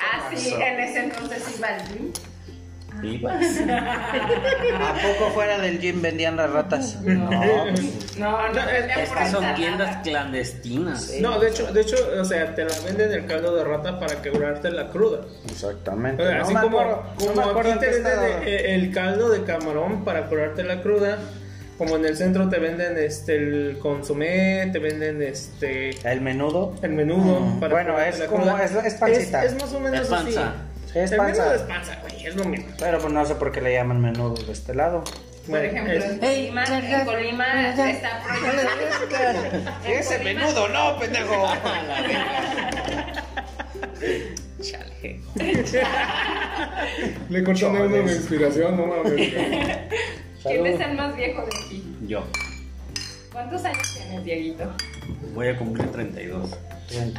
Ah, sí, en ese entonces iba al gym. Vivas. ¿A poco fuera del gym vendían las ratas? No. No, no, es- tenía pura Estas son ensalada. tiendas clandestinas. No, de hecho, de hecho, o sea, te la venden el caldo de rata para quebrarte la cruda. Exactamente. O sea, No así me como, acuerdo- no como me acuerdo en aquí te qué venden estaba. el, el caldo de camarón para curarte la cruda, como en el centro te venden este el consomé, te venden este El menudo. el menudo Mm, para bueno, curarte es la como- cruda. es- es pancita. Es, es más o menos Es panza. así. Es el panza. menudo es panza, güey, es lo mismo. Pero pues no sé por qué le llaman menudo de este lado. Por Bueno, ejemplo, es- en Colima, en Colima está prohibido. En Ese Colima- menudo, no, pendejo. Le cortó una de inspiración, no mames. ¿Quién es Salud. el más viejo de aquí? Yo ¿Cuántos años tienes, Dieguito? voy a cumplir 32.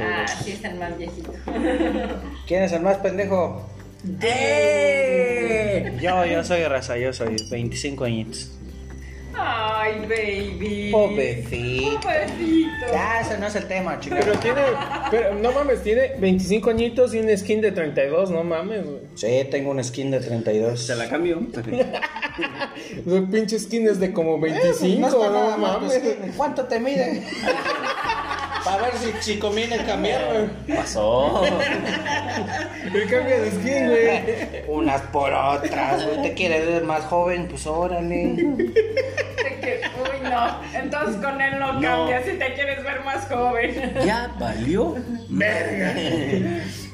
Ah, sí es el más viejito. ¿Quién es el más pendejo? Yo, yo soy raza, yo soy 25 añitos. Ay, baby. Pobrecito. Pobrecito. Ya, ese no es el tema, chicos. Pero tiene, pero no mames, tiene 25 añitos y un skin de 32, no mames, güey. Sí, tengo un skin de 32. Se la cambio. Los pinches skin es de como 25, Eh, No está no, nada mal pues, tu mames. skin. ¿Cuánto te mide? Para ver si, si conviene cambiar. Pasó. Le cambia de skin, güey. Unas por otras, güey. Te quieres ver más joven, pues órale. Te que- Uy, no. Entonces con él no, No. cambias si te quieres ver más joven. Ya valió.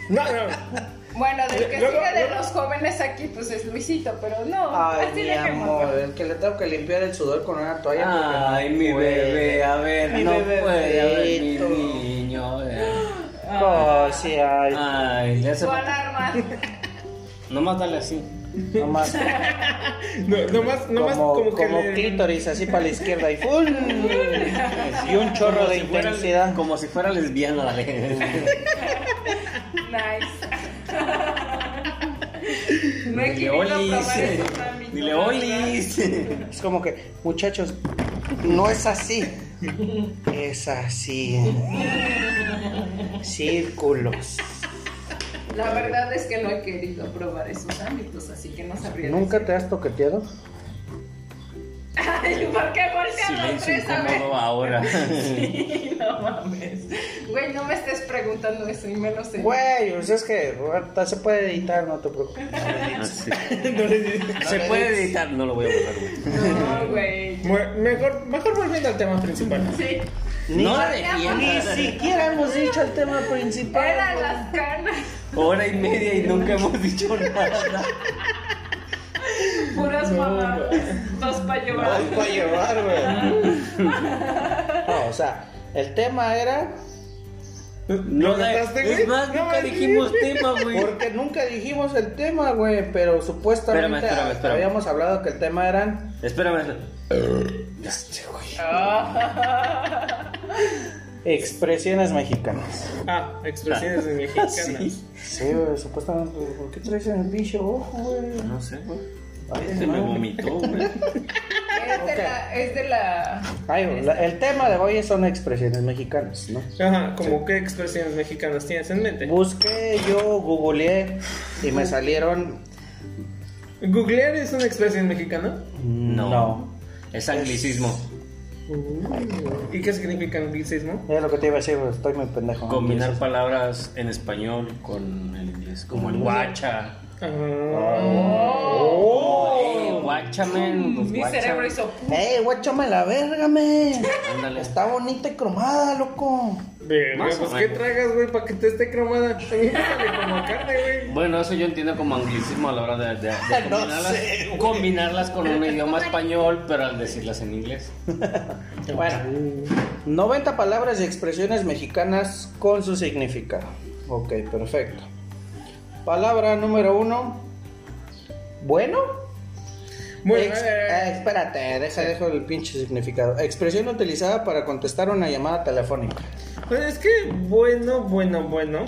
No, no. Bueno, del que Luego- sigue de luego- los jóvenes aquí, pues es Luisito, pero no. Ay, así mi dejémoslo. amor, el que le tengo que limpiar el sudor con una toalla. porque no Ay, mi puede. bebé, a ver, Pues, Mi no bebé. puede, a ver, mi niño. a ver. Oh, sí, ay. Ay, ya se Tu alarma. Nomás dale así. Nomás No, nomás, nomás como, como, como, que le- clítoris, así para la izquierda y ¡fum! Y un chorro Como de si fuera- intensidad. como si fuera lesbiana, dale. Nice. No Dile he querido olis. probar esos ámbitos, Dile la olis. Es como que, muchachos, no es así. Es así. Círculos. verdad. La verdad es que no he querido probar esos ámbitos, así que no sabría. ¿Nunca te has toqueteado? Ay, ¿por qué voltean los Silencio tres a ver? incómodo ahora. Sí, no mames. Güey, no me estés preguntando eso y menos en... Güey, pues es que ahorita se puede editar, no te preocupes. Así. Se puede editar, no lo voy a borrar, güey. No, güey. Mu- Mejor, mejor volviendo al tema principal. Sí. No la Ni defiendas. siquiera hemos dicho el tema principal. Era güey. las canas. Hora y media y nunca hemos dicho nada. Puras mamadas. Dos pa' llevar. Ay, pa' llevar, güey. No, o sea, el tema era No, notaste, güey? es más, No, nunca sí. dijimos tema, güey. porque nunca dijimos el tema, güey, pero supuestamente Espérame, espérame, espérame. habíamos hablado que el tema eran Espérame. espérame. expresiones mexicanas. Ah, expresiones de mexicanas. Sí, güey, supuestamente, ¿por qué traes en el bicho ojo, güey? No sé, güey. Ay, Se me madre. vomitó, güey. Es de la. Es de la... Ay, la- el tema de hoy son expresiones mexicanas, ¿no? Ajá, como qué expresiones mexicanas tienes en mente. Busqué, yo googleé y me salieron. ¿Googlear es una expresión mexicana? No. Es anglicismo. ¿Y qué significa anglicismo? Es lo que te iba a decir, güey, estoy muy pendejo. Combinar palabras en español con el inglés, como el guacha. Ah. Oh. Eh, guacha, men, Mm, pues, Oh. Mi guacha. cerebro hizo. ¡Ey, guachame la verga, me! Ándale. Está bonita y cromada, loco. Verga, Más o pues ¿qué menos. tragas, güey, para que te esté cromada? Híjole, como carne, güey. Bueno, eso yo entiendo como anglicismo a la hora de, de- de No combinarlas, sé, güey. combinarlas con un idioma español, pero al decirlas en inglés. Bueno, 90 palabras y expresiones mexicanas con su significado. Ok, perfecto. Palabra número uno. Bueno. Bueno, Ex- eh, eh, espérate, deja, dejo el pinche significado. Expresión utilizada para contestar una llamada telefónica. pues, es que bueno, bueno, bueno.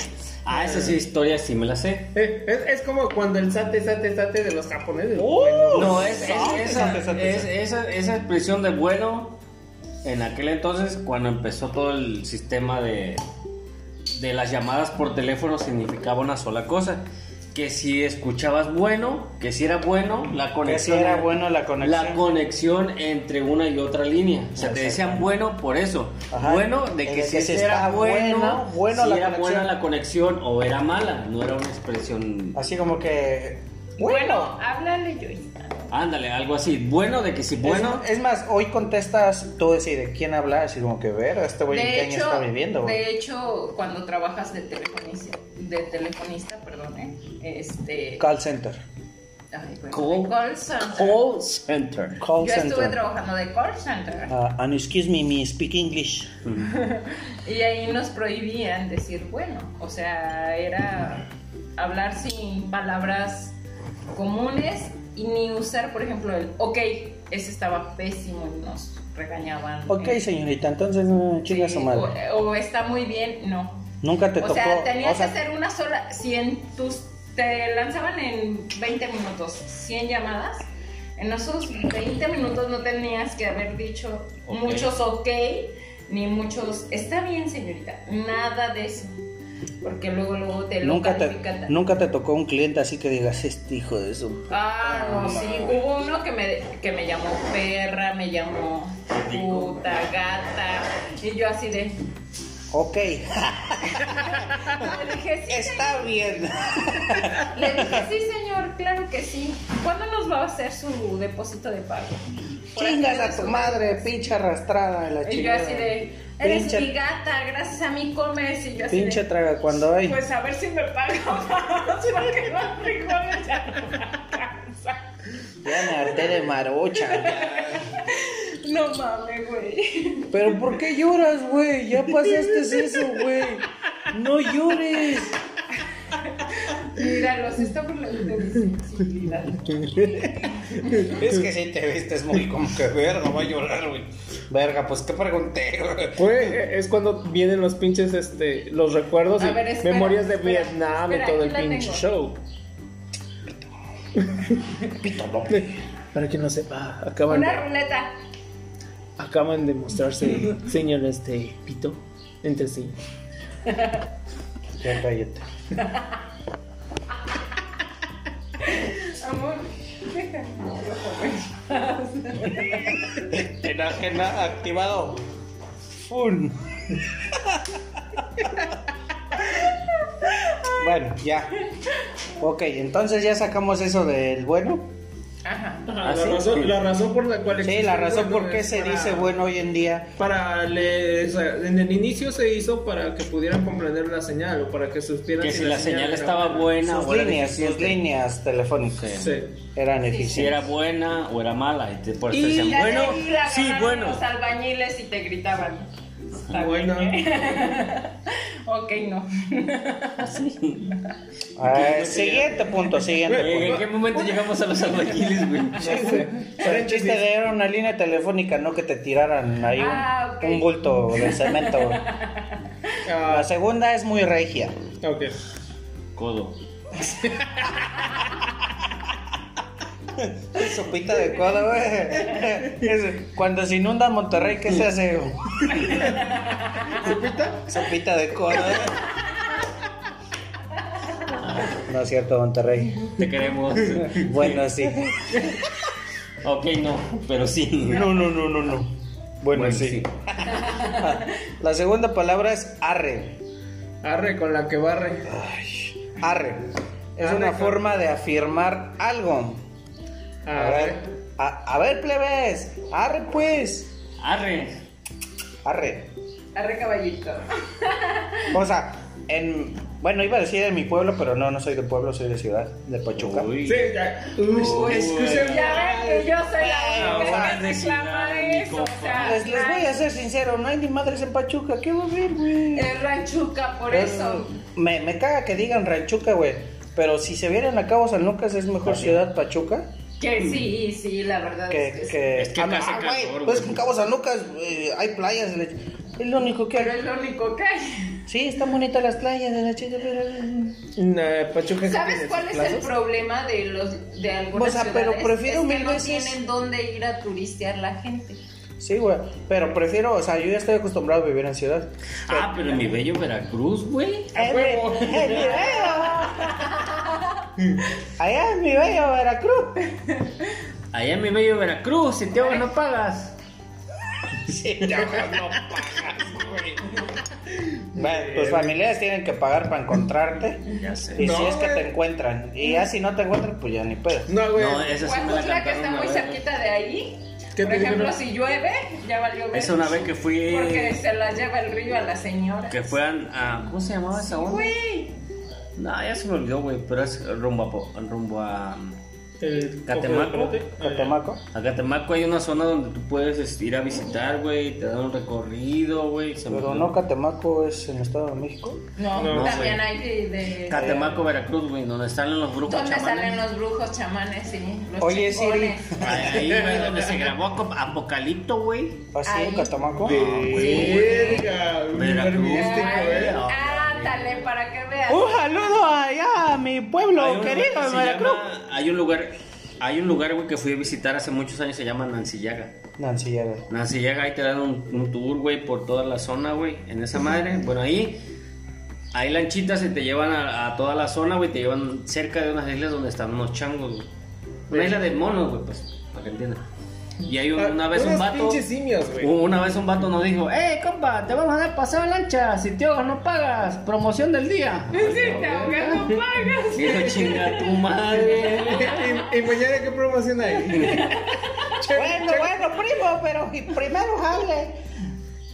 Ah, esa sí, historia sí me la sé. Eh, es, es como cuando el sate, sate, sate de los japoneses. Oh. ¡Oh! No, es, es- Sante, esa, sante, sante, es- esa, esa expresión de bueno en aquel entonces, cuando empezó todo el sistema de, de las llamadas por teléfono, significaba una sola cosa. Que si escuchabas bueno, que si era bueno, la Que si conexión era bueno la conexión. La conexión entre una y otra línea. O sea, te decían bueno por eso. Ajá. Bueno de Eh, que de si que si ese era está bueno, bueno, bueno si la era conexión. buena la conexión o era mala. No era una expresión. Así como que. Bueno, háblale, Joyce. Ándale, algo así. Bueno de que si bueno. Es, es más, hoy contestas, tú decides quién habla, así como que ver, este güey en qué De año hecho, está viviendo, güey. de hecho, cuando trabajas de telefonista, de telefonista, perdón, ¿eh? este, Call center. ay, güey, Call- call center. Call center. Call Yo center. estuve trabajando de call center Ah, and excuse me, me speak English. y ahí nos prohibían decir bueno, o sea, era hablar sin palabras comunes y ni usar, por ejemplo, el ok, ese estaba pésimo y nos regañaban. Ok, eh, señorita, entonces no, sí, chinga su madre. o, o está muy bien, no. Nunca te o tocó. sea, tenías o sea, que hacer una sola. Si en tus. Te lanzaban en 20 minutos 100 llamadas. En esos 20 minutos no tenías que haber dicho Ok. muchos ok, ni muchos está bien, señorita. Nada de eso. Porque luego, luego te lo nunca, califican. te, nunca te tocó un cliente así que digas, este hijo de eso. Ah, no, sí. Hubo uno que me, que me llamó perra, me llamó puta, gata. Y yo así de. Ok, "Ah, Le dije, sí, está bien. Le dije, sí, señor, claro que sí. ¿Cuándo nos va a hacer su depósito de pago? Por aquí Chingas a de tu su- madre, pinche arrastrada de la Y yo chingada. así de, eres Pinche- mi gata, gracias a mí comes. Y yo así Pinche de, traga, cuando hay. pues a ver si me pagan más, porque los frijoles ya no me alcanzan. Ya me harté de marocha. No mames, güey. Pero ¿por qué lloras, güey? Ya pasaste eso, güey. No llores. Mira, los está burlando de mi sensibilidad. Es que si te vistes muy como que verga, va a llorar, güey. Verga, pues qué pregunté, güey. Güey, eh, es cuando vienen los pinches, este, los recuerdos A y ver, espera, memorias de espera, Vietnam espera, y todo aquí el la pinche tengo. show. Para quien no sepa, acaban, Una de, ruleta. acaban de mostrarse señores de pito entre sí. Ya cállate. Amor, déjame. Enajena activado. Fun. bueno, ya. Ok, entonces ya sacamos eso del bueno. Ajá. Ajá, ¿Ah, la, sí? razón, Sí. la razón por la cual Sí, existe la el razón bueno por qué es se para- dice bueno hoy en día. Para le- o sea, en el inicio se hizo para que pudieran comprender la señal o para que supieran Que si la señal era estaba buena. buena Sus o era líneas, sus deficiente. líneas telefónicas Sí. eran este, Si eficientes. era buena o era mala. Y te- por eso Y decían, Ya bueno, de ahí la sí, agarraron bueno. Los albañiles y te gritaban. Está Bueno. bien, ¿eh? ok, no. Ah, siguiente punto, Eh, siguiente ¿En qué momento llegamos a los albañiles, güey? punto. Era un chiste de era una línea telefónica, no que te tiraran ahí un, Ah, ok. un bulto de cemento. La Ah, segunda es muy regia. ok. Codo. Sopita de codo, güey. Es- Cuando se inunda Monterrey, ¿qué se hace? ¿Sopita? Sopita de codo. No es cierto, Monterrey. Te queremos. Bueno, sí. Ok, no, pero sí. No, no, no, no, no. Bueno, sí. Ah, La segunda palabra es arre. Arre con la que barre. Arre. Es Arre, una claro. forma de afirmar algo. A ver, Arre. a, a ver, plebes. Arre, pues. Arre. Arre. Arre caballito. O sea, en. Bueno, iba a decir en mi pueblo, pero no, no soy de pueblo, soy de ciudad, de Pachuca. Uy. Sí, ya. Uy, escuchen. Ya ven que yo soy la Ay, única no, que no, reclama ni eso. O sea, Pues Les, les voy a ser sincero, no hay ni madres en Pachuca, ¿qué va a haber, güey? Es ranchuca, Eh, Ah. por eso. Me, me caga que digan ranchuca, güey. Pero si se vienen a Cabo San Lucas, es mejor ciudad Pachuca Que sí, sí, la verdad que. es que sí. que... Es que Ah, acá hace ah, güey, calor, Pues güey. en Cabo San Lucas eh, hay playas. de la ch- Es lo único que Pero hay. es lo único que hay. Sí, están bonitas las playas de la chica, pero. Nah, Pachuca. ¿Sabes tiene cuál sus es el plazas? problema de los de algunas O sea, pero ciudades? prefiero es mil que no veces- tienen dónde ir a turistear la gente. Sí, güey. Pero prefiero, o sea, yo ya estoy acostumbrado a vivir en ciudad. Ah, pero en mi bello Veracruz, güey. ¡Es mi, es mi bello! Allá es mi bello Veracruz. Allá en mi bello Veracruz, si te hago no pagas. Bueno, tus familiares tienen que pagar para encontrarte. Ya sé. Y No, si es que güey. te encuentran. Y ya si no te encuentran, pues ya ni pedo. No, güey. No, eh. esa sí me la Huejutla, Pues, que está cantaron muy una vez. cerquita de ahí. ¿Qué Por te dijeron? ejemplo, si llueve, ya valió ver. Es una vez que fui. Porque se la lleva el río a la señora. Que fueran a. ¿Cómo se llamaba esa onda? Güey, No, ya se me olvidó, güey. Pero es rumbo a. Po- Rumbo a. El Catemaco. coco de Colote. Catemaco. A Catemaco hay una zona donde tú puedes este, ir a visitar, güey. Te dan un recorrido, güey. se me Pero olvidó. no, Catemaco es en el Estado de México. no, No, también güey. hay de, de- Catemaco, Veracruz, güey. Donde están los grupos donde salen chamanes. los brujos chamanes y los Oye, Siri. chingones. Ahí, güey, donde se grabó Acop- Apocalipto, güey. ¿Así en Ahí. ¿Ah, Catemaco? Verga, Veracruz. hiper místico, eh. No, Ándale, para que veas. Un saludo allá a mi Hay pueblo un querido lugar de que se Veracruz. llama- hay un lugar, hay un lugar, güey, que fui a visitar hace muchos años, se llama Nancillaga. Nancy ya ve. Nancillaga, ahí te dan un, un tour, güey, por toda la zona, güey, en esa madre. Bueno, ahí, ahí lanchitas y te llevan a, a toda la zona, güey, te llevan cerca de unas islas donde están unos changos, güey. Una isla de monos, güey, pues, para que entiendan. Y ahí una, vez un Ah, Unos vato... pinches simios, güey. Una vez un vato nos dijo, ¡Ey, compa! Te vamos a dar paseo en lancha. Si te ahogas, no pagas. Promoción del día. Si te ahogas, no pagas. Dijo, chinga tu madre. ¿Y, y mañana qué promoción hay? Bueno, bueno, primo, pero y primero jale.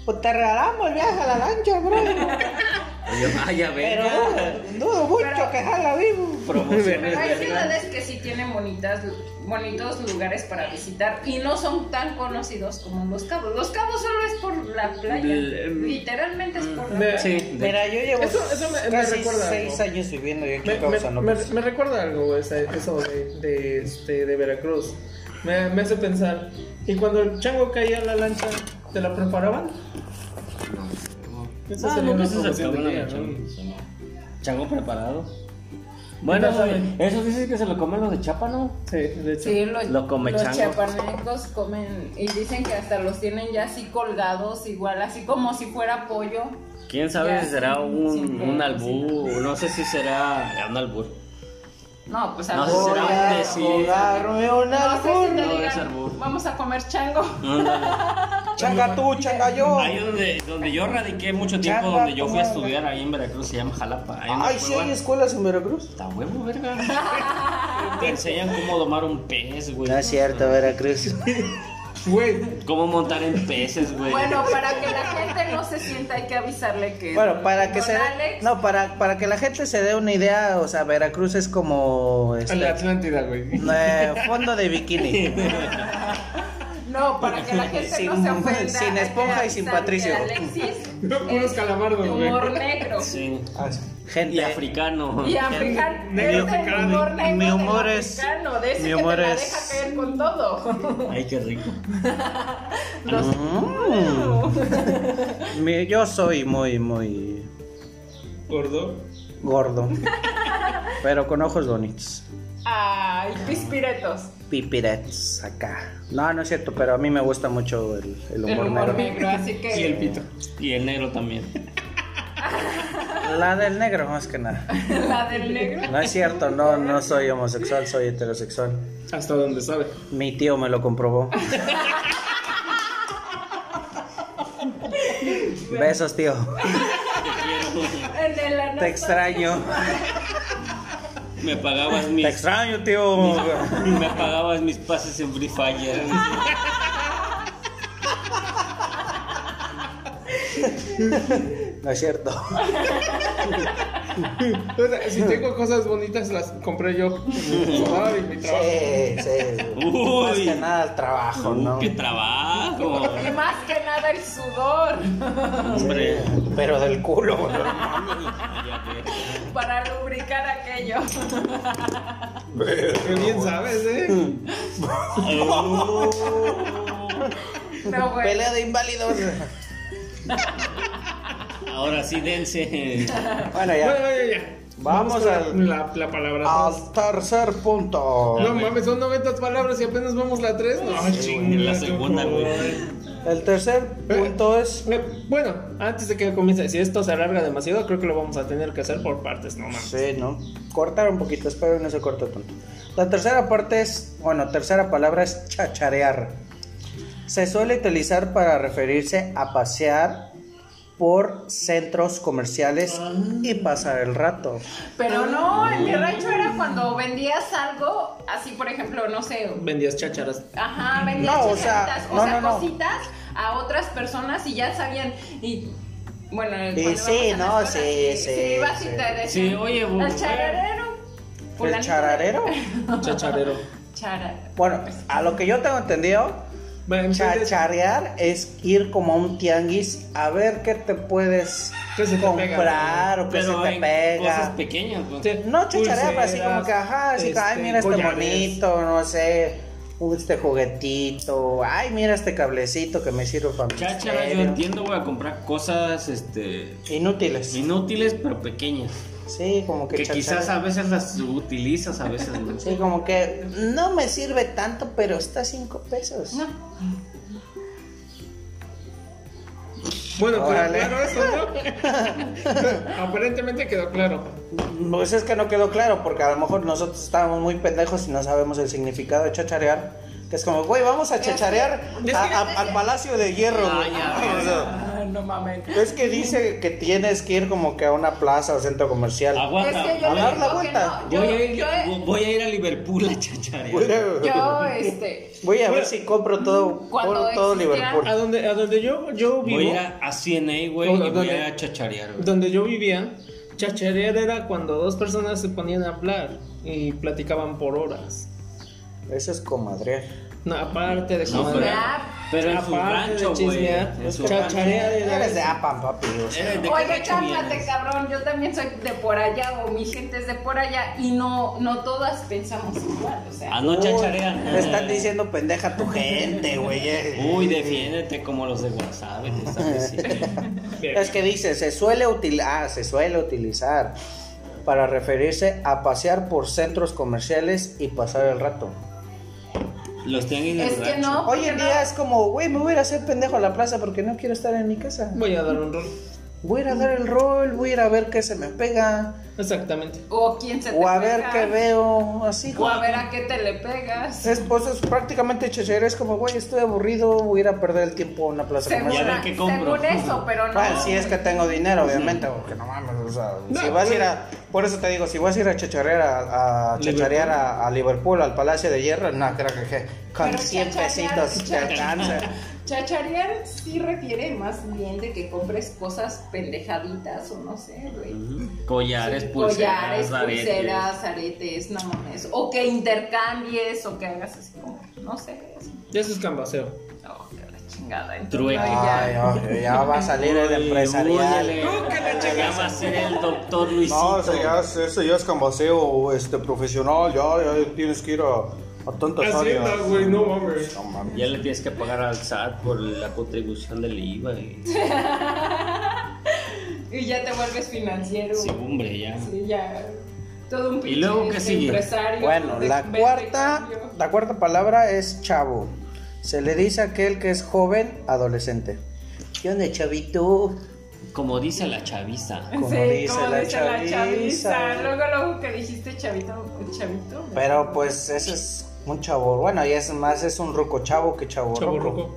Pues te regalamos el viaje a la lancha, bro. Y yo, "Ah, ya ves. Pero dudo mucho que jala vivo. Promociones Pero hay del día. ciudades que sí tienen bonitas, bonitos lugares para visitar y no son tan conocidos como Los Cabos. Los Cabos solo es por la playa. L- em, Literalmente es por la de- playa. Sí, de- Mira, yo llevo Eso- eso me- me casi recuerda seis algo. años viviendo yo aquí Me, en me- Cabo San me- Lucas. me recuerda algo, güey, esa- eso de, de, este, de Veracruz. Me, me hace pensar. ¿Y cuando el chango caía a la lancha, te la preparaban? Esa No, Ah, nunca sería una se promoción sacaba del la día, chango. ¿no? Chango preparado. Bueno, Ya saben. eso dices que se lo comen los de Chapa, ¿no? Sí, de hecho. Sí, los, Lo come los chango. chiapanecos comen y dicen que hasta los tienen ya así colgados, igual, así como si fuera pollo. Quién sabe Ya, si será sí, un, sí, un sí. albur. No sé si será un albur. No, pues No, algo. sí Voy será a decir. colgarme un No sé si árbol. te No, digan, es albur. vamos a comer chango. No, no, no. Changa tú, changa yo. Ahí donde, donde yo radiqué mucho tiempo, Changa, donde yo fui a comadre. estudiar ahí en Veracruz, se llama Jalapa. Ahí en la Ay, sí, cueva. hay escuelas en Veracruz. Está huevo, verga. Te enseñan cómo domar un pez, güey. Veracruz. Güey, Cómo montar en peces, güey. Bueno, para que la gente no se sienta, hay que avisarle que. Bueno, para que Don se Alex- no para, para que la gente se dé una idea, o sea, Veracruz es como este, en la Atlántida, güey. eh, fondo de bikini. No, para que la gente no Sin- se ofenda. sin hay que esponja y sin avisar que Patricio. Alexis No, puros es calamardos, de güey. humor negro. Sí. Gente, Y africano. Y africano. Negro es el africano. este humor negro. Mi del humor es- africano, de ese mi que humor te la es- deja caer con todo. Ay, qué rico. mm, mi- yo soy muy muy Gordo. gordo, pero con ojos bonitos. Ay, pispiretos. Pipirets acá. No, no es cierto, pero a mí me gusta mucho el, el El humor humor negro. negro, así que. Y el pito. Y el negro también. La del negro, más que nada. La del negro. No es cierto, no, no soy homosexual, soy heterosexual. Hasta donde sabe. Mi tío me lo comprobó. Besos, tío. En el ano. Te extraño. Me pagabas Te mis. extraño, tío. Me pagabas mis pases en Free Fire. No es cierto. O sea, si tengo cosas bonitas, las compré yo. Ay, mi trabajo. Sí, sí. Uy. Más que nada el trabajo, Uh, ¿no? ¡Qué trabajo! Y más que nada el sudor. Hombre. Pero del culo, bro. Ya ves. Para lubricar aquello. Qué bien sabes, ¿eh? Eh, No, güey. Pelea de inválidos. Ahora sí, dense. Bueno, Bueno, ya. ah, bueno, ya. Vamos con al- La, la palabra tres. Al tercer punto. No mames, son 90 palabras y apenas vamos la 3. No, Sí, güey, en la segunda, güey. El tercer punto es. Eh, Bueno, antes de que comience, si esto se alarga demasiado, creo que lo vamos a tener que hacer por partes, no mames. Sí, ¿no? Cortar un poquito, espero que no se corta tanto. La tercera parte es, bueno, tercera palabra es chacharear. Se suele utilizar para referirse a pasear por centros comerciales y pasar el rato. Pero no, en mi rancho era cuando vendías algo, así por ejemplo, no sé, Vendías chacharas. ajá, vendías No, o sea, cositas, o no, no, sea, no. cositas a otras personas y ya sabían y bueno, Y cuando sí, íbamos a la no, escuela, sí, y- sí, sí, ibas y sí. te decían, Sí, oye, bu- el chararero, ¿El fulanito de- chararero? Chacharero. Chara. Bueno, a lo que yo tengo entendido, Bueno, entonces, chacharear es ir como a un tianguis a ver qué te puedes ¿Qué se te comprar o qué pues se Pero te en cosas pega. pequeñas, güey. sí, No chacharear, pero así pulseras, como que, ajá, así que, ay, este, mira este collares. bonito, no sé, este juguetito, ay, mira este cablecito que me sirve para mi Cháchara, yo estéreo". entiendo, voy a comprar cosas este, Inútiles. inútiles pero pequeñas. Sí, como que, Que chacharear. quizás a veces las utilizas, a veces no. Sí, como que no me sirve tanto, pero está a cinco pesos. No. eh, Bueno, quedó Órale. claro eso, ¿no? Aparentemente quedó claro. Pues es que no quedó claro, porque a lo mejor nosotros estábamos muy pendejos y no sabemos el significado de chacharear. Que es como, güey, vamos a chacharear a- a- al Palacio de Hierro. Ah, güey. O sea, Ah, no mames. es que dice que tienes que ir como que a una plaza o centro comercial. Es Aguanta. que yo a le dar la digo que vuelta. voy, no. Yo, a ir, yo, vo- voy a ir a Liverpool a chacharear. yo, este, Voy a ver si compro todo, Cuando todo- todo existía- Liverpool. A donde, a donde yo, yo vivo, Voy a ir a, a CNA, güey, ¿Dónde- y voy dónde? a ir a chacharear, güey. donde yo vivía, chacharear era cuando dos personas se ponían a hablar y platicaban por horas. Eso es comadrear. No, aparte de No, pero, comadrear, pero en su aparte de rancho, güey. chismear, en su chacharear era- Eres de Apan, papi. o sea. Eres de Oye, Camacho cálmate, Mianes. cabrón. Yo también soy de por allá o mi gente es de por allá y no, no todas pensamos igual. O sea, Ah, no Uy, chacharean. Le están diciendo pendeja a tu gente, güey. eh. Uy, defiéndete como los de WhatsApp. Te están diciendo. Es que dice, se suele utilizar, se suele utilizar para referirse a pasear por centros comerciales y pasar el rato. los tianguis del es que rancho. no. Hoy en porque día no- es como, güey, me voy a ir a hacer pendejo a la plaza porque no quiero estar en mi casa. voy a dar un rol. voy a ir a dar el rol, voy a ir a ver qué se me pega, Exactamente. O quién se te o a ver pega, qué veo, así. O a ver a qué te le pegas. Es, pues, es prácticamente chechero, es como, güey, estoy aburrido, voy a ir a perder el tiempo en una plaza Según, comercial. ver qué compro. según eso, pero no. Ah, si es que tengo dinero, obviamente, porque no mames, o sea, si vas a ir a, por eso te digo, si vas a ir a chacharear a, a chacharear a, a Liverpool, al Palacio de Hierro, no, creo que, que con Pero 100 chacharear, pesitos te chacharear. alcanza. Chacharear sí refiere más bien de que compres cosas pendejaditas o no sé, güey. Collares, Sí, pulseras, collares, aretes. pulseras, aretes, no mames. O que intercambies o que hagas así como, no sé. así. Eso es cambaseo. No, que la chingada. entonces, Trueque. no, Ay, ya. oye, ya va a salir el Uy, empresarial. úyale. Ya va a ser el doctor Luisito. No, eso ya, es, eso ya es cambaseo este, profesional, ya, ya tienes que ir a, a tantas Hacienda, áreas. güey, no mames. No mames. Ya le tienes que pagar al SAT por la contribución del IVA. y- Y ya te vuelves financiero. Sí, hombre, ya. Sí, ya. Todo un ¿Y luego qué este, sigue? empresario. Bueno, de- la vende cuarta, cambio. la cuarta palabra es chavo. Se le dice a aquel que es joven, adolescente. ¿Qué onda, chavito? Como dice la chaviza. Sí, como dice la chaviza. Luego, luego que dijiste chavito, chavito. Pero pues ese es un chavo. Bueno, y es más, es un ruco chavo que chavo, Chavo ruco. roco.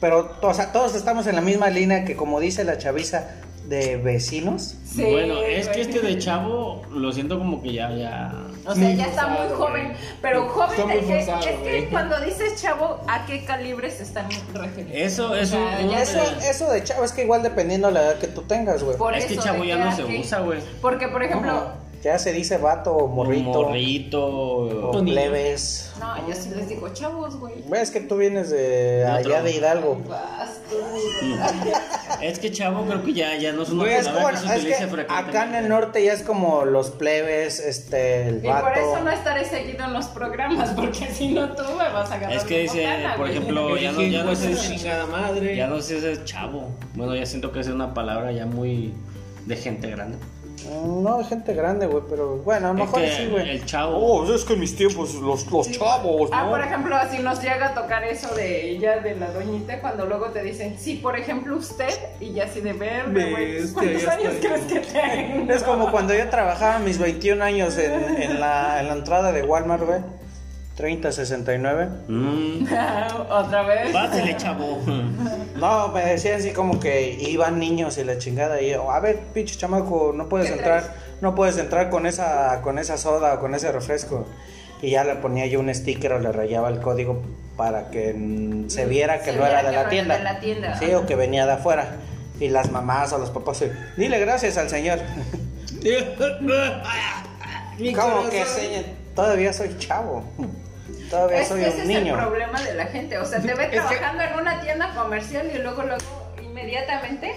Pero o sea, todos estamos en la misma línea que como dice la chaviza de vecinos. Sí, bueno, es güey. que este de chavo lo siento como que ya, ya. O sea, ya está muy joven, pero Está joven muy de que, forzado, es que güey. cuando dices chavo, ¿a qué calibre se están refiriendo? Eso es O sea, un- un- ya Eso, sé, eso de chavo es que igual dependiendo la edad que tú tengas, güey. por es que eso, chavo ¿de ya qué no a se qué? usa, güey. Porque, por ejemplo, Ya se dice vato o morrito. Morrito. O niño. plebes. no, yo sí les digo chavos, güey. Ves que tú vienes de Otro. allá de Hidalgo. Pues, Vas, tú, güey. Es que chavo creo que ya, ya no es una Güey, es palabra como- que se es que utilice frecuentemente. acá en el norte ya es como los plebes, este, el Y por eso no vato. estaré seguido en los programas, porque si no tú me vas a agarrar. Es que mi dice, botana, por güey. ejemplo, ya no, ya no Hijo de su es chingada madre. ya no es ese chavo. Bueno, ya siento que es una palabra ya muy de gente grande. Mm, No, es gente grande, güey, pero bueno, a lo Es mejor que sí, güey. Oh. el chavo. es que en mis tiempos los, los chavos, Ah, por ejemplo, si nos llega a tocar eso de ella, de la doñita, cuando luego te dicen, sí, por ejemplo, usted, y ya así de verde, güey, Bestia, ¿cuántos ya años está. crees que tengo? Es como cuando yo trabajaba a mis 21 años en, en la, en la entrada de Walmart, güey. 3069. Mm. Otra vez. Pásele, chavo. No, me decían así como que iban niños y la chingada. Y yo, a ver, pinche chamaco, no puedes ¿Qué entrar, no puedes entrar con esa, con esa soda o con ese refresco. Y ya le ponía yo un sticker o le rayaba el código para que mm, se viera que Se no viera era de la que no era tienda. de la tienda. Sí, o que venía de afuera. Y las mamás o los papás, sí, dile gracias al señor. Mi ¿Cómo que corazón. señor? Todavía soy chavo. Todavía Es soy que ese un es el niño. problema de la gente. O sea, te ve Es que- trabajando en una tienda comercial y luego, luego, inmediatamente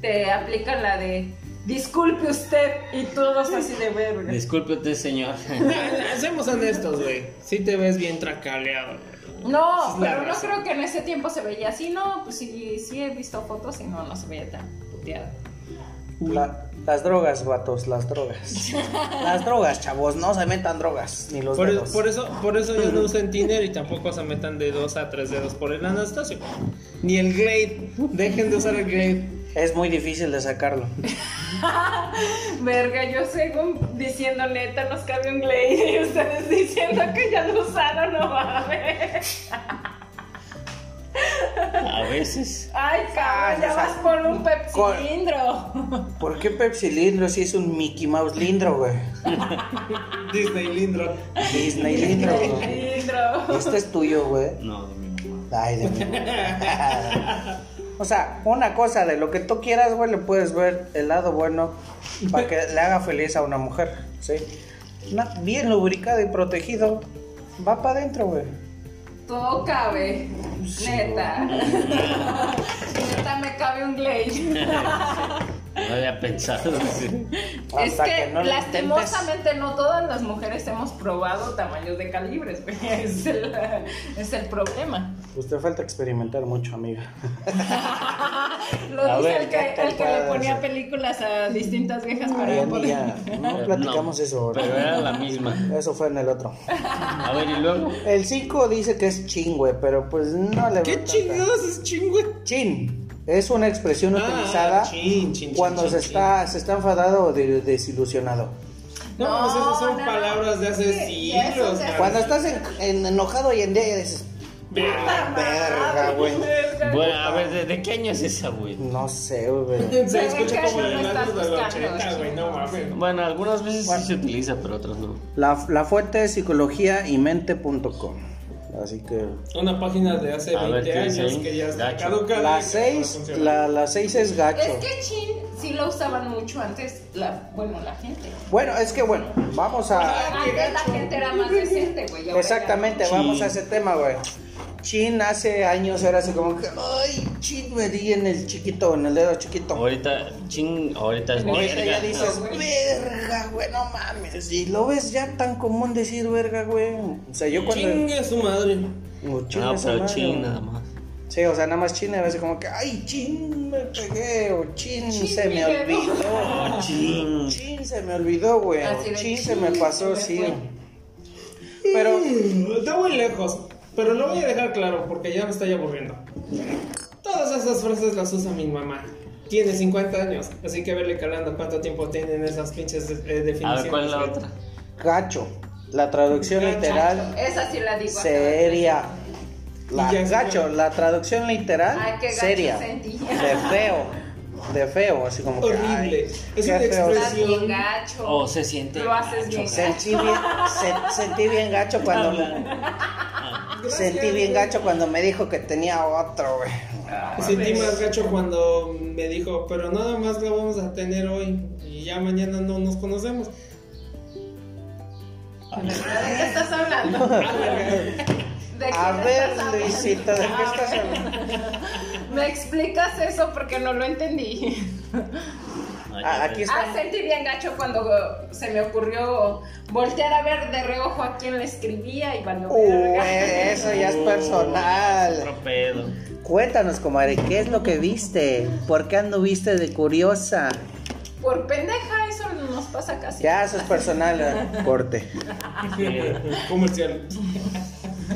te aplican la de disculpe usted y todos así de verde. Disculpe usted, señor. Seamos honestos, güey. Si te ves bien tracaleado. güey. No, Esa es la pero no razón. creo que en ese tiempo se veía así, no, pues sí, sí he visto fotos y no, no se veía tan puteado. La- las drogas, vatos, las drogas. Las drogas, chavos, no se metan drogas, ni los Por, dedos. por eso, por eso ellos no usan Tinder y tampoco se metan de dos a tres dedos por el Anastasio. Ni el Grade. Dejen de usar el Grade. Es muy difícil de sacarlo. Verga, yo según diciendo neta, nos cabe un glade y ustedes diciendo que ya lo usaron, no mames. A veces. Ay, cabrón, Ah, ya vas por un Pepsi Con- cilindro. ¿Por qué Pepsi Lindro si es un Mickey Mouse Lindro, güey? Disney Lindro. Disney Lindro, güey. Cilindro. Este es tuyo, güey. No, de mi mamá. Ay, de mí. O sea, una cosa de lo que tú quieras, güey, le puedes ver el lado bueno para que le haga feliz a una mujer, ¿sí? Na- bien lubricado y protegido. Va para adentro, güey. Todo cabe. Neta. Neta, me cabe un glade. No había pensado. es Hasta que, que no lo lastimosamente no todas las mujeres hemos probado tamaños de calibres, güey. Es el, es el problema. Usted falta experimentar mucho, amiga. Lo A dice ver, el que, ¿qué el que le puedo ponía hacer? películas a distintas viejas Ay, para poder. amiga, no platicamos No, eso ahora. Pero era la misma. eh. Eso fue en el otro. A ver, y luego. El 5 dice que es chingüe, pero pues no le veo ¿Qué tanta- chingados es chingüe? Chin. Es una expresión Ah, utilizada chin, chin, cuando chin, se, chin, está, se está enfadado o de- desilusionado. No, pues esas son no, palabras de hace sí, ya eso siglos. se cabrón. Cuando estás en- en- enojado y en día dices, Ah, Verga. verga, güey. Bueno, a ver, ¿de, de qué año es esa, güey? No sé, güey. Se Se escucha ve que como no en estás los del buscando, 80, güey, no mames. Bueno, algunas veces Bueno. sí se utiliza, pero otras no. La, la fuente es psicología y mente.com. Así que Una página de hace A ver, 20 ¿qué dice años ahí? que ya está Gacho. caducada. La y que no 6 funciona. la, la seis es gacho. Es que chin sí lo usaban mucho antes, la, bueno, la gente. Bueno, es que bueno, vamos a... Antes la gente era más decente, güey. y ahora ya- Exactamente, vamos a ese tema, güey. Chin hace años era así como que, ay, chin me di en el chiquito, en el dedo chiquito. Ahorita, ching, ahorita es Ahorita ya verga. dices, verga, güey, no mames. Y lo ves ya tan común decir verga, güey. O sea, yo cuando... Chingue su madre. Oh, chin, No, esa Ah, pero madre, ching güey. nada más. Sí, o sea, nada más chin, a veces como que, ay, chin, me pegué, o chin, Chin, se me mi dedo. Ah, olvidó. Ching. Chin, se me olvidó, güey. o Así de, Chin, se chin, me pasó, se me sí. fue. Pero, Está muy lejos, pero lo voy a dejar claro porque ya me estoy aburriendo. Todas esas frases las usa mi mamá. Tiene 50 años, así que verle calando cuánto tiempo tienen esas pinches eh, definiciones. A ver, ¿cuál es la güey. otra? gacho, la traducción Gacho. literal Esa sí la digo. acá. seria. La, Y ya es gacho, bueno. la traducción literal Ay, qué gacho seria. sentí. De feo, de feo, así como que, Horrible. ay, Es qué una feo. Estás bien Presión. gacho. O Oh, se siente. Lo haces bien Sentí gacho. bien, se- sentí bien gacho cuando Gracias, sentí güey. bien gacho cuando me dijo que tenía otro, güey. Sentí más gacho cuando me dijo, pero nada más lo vamos a tener hoy y ya mañana no nos conocemos. ¿De qué estás hablando? ¿De qué A ver, estás hablando? Luisito, ¿de qué estás hablando? ¿Me explicas eso? Porque no lo entendí. Ah, Aquí Ah, está. sentí bien gacho cuando se me ocurrió voltear a ver de reojo a quién le escribía y valió Uh, verga. eso ya es personal. Otro pedo. Cuéntanos, comadre, ¿qué es lo que viste? ¿Por qué anduviste de curiosa? Por pendeja, eso nos pasa casi. Ya, eso es personal. eh. Corte. Comercial.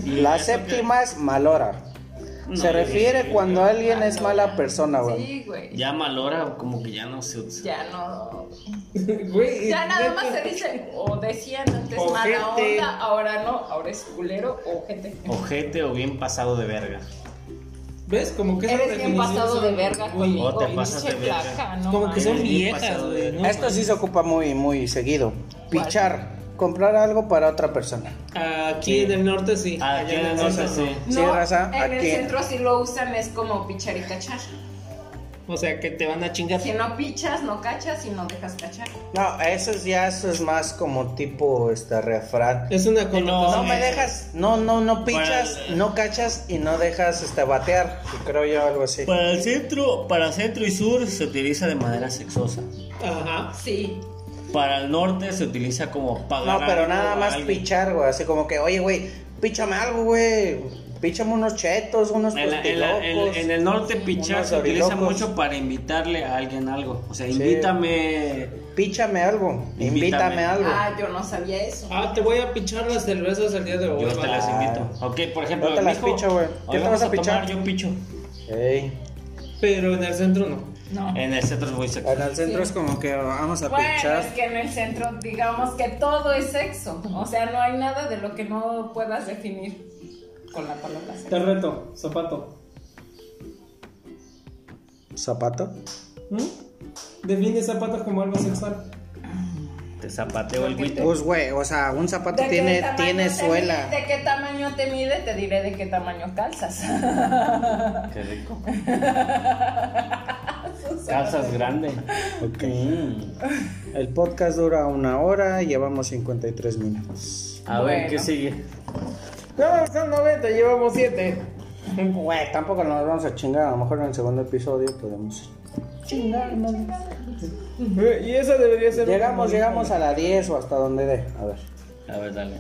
La séptima es malora. Se refiere cuando alguien es mala persona, güey. Ah, Sí, güey. Ya Malora, como que ya no se usa. Ya no. Güey, Ya nada más neta. se dice, o decían antes Ojete. mala onda, ahora no, ahora es culero o gente. Ojete o bien pasado de verga. ¿Ves? Como que esas Eres bien definiciones pasado son de verga muy- conmigo. o te pasas pinche de verga. flaca, no Como que mames. son Eres bien viejas, pasado de güey. verga. ¿no? Esto sí se ocupa muy, muy seguido. Pichar. Comprar algo para otra persona. Aquí en el norte sí. Aquí allá en el norte sí. No, Sí, raza, en el aquí. centro si lo usan es como pichar y cachar. O sea, que te van a chingar. Si no pichas, no cachas y no dejas cachar. No, eso es ya, eso es más como tipo este refrán. Es una No connotación. me dejas, no, no, no pichas, Para- no cachas y no dejas este batear. Creo yo algo así. Para el centro, para centro y sur se utiliza de manera sexosa. Ajá. Sí. Para el norte se utiliza como pagar. No, pero algo nada a más alguien. pichar, güey. Así como que, oye, güey, píchame algo, güey. Píchame unos chetos, unos En, la- en la- en- tostilocos, en el norte pichar unos se utiliza dorilocos. mucho para invitarle a alguien algo. O sea, Sí. invítame. Píchame algo, invítame, Invítame. algo. Ah, yo no sabía eso. Ah, te voy a pichar las cervezas el día de hoy. Yo te ¿vale? las invito. Ok, por ejemplo, Yo te las mijo, picho, güey. hoy ¿Qué te vamos vas a pichar? tomar, yo picho. Ey, Pero en el centro no. No. En el centro es muy sexoso. En el centro es como que vamos a Bueno, pichar. es que en el centro digamos que todo es sexo. O sea, no hay nada de lo que no puedas definir con la palabra sexo. Te reto, zapato. ¿Zapato? ¿Mm? Define zapato como algo sexual. Te zapateo el guito. Pues, güey, o sea, un zapato ¿De qué tiene, tamaño tiene te suela. mide- ¿De qué tamaño te mide? Te diré de qué tamaño calzas. Qué rico. Calzas grande. Ok. Mm. El podcast dura una hora, llevamos 53 minutos. A ver, ¿qué Bueno. sigue? No, son 90, llevamos 7. Güey, tampoco nos vamos a chingar. A lo mejor en el segundo episodio podemos. Y eso debería ser. Llegamos, llegamos a la 10 o hasta donde dé. A ver. A ver, dale.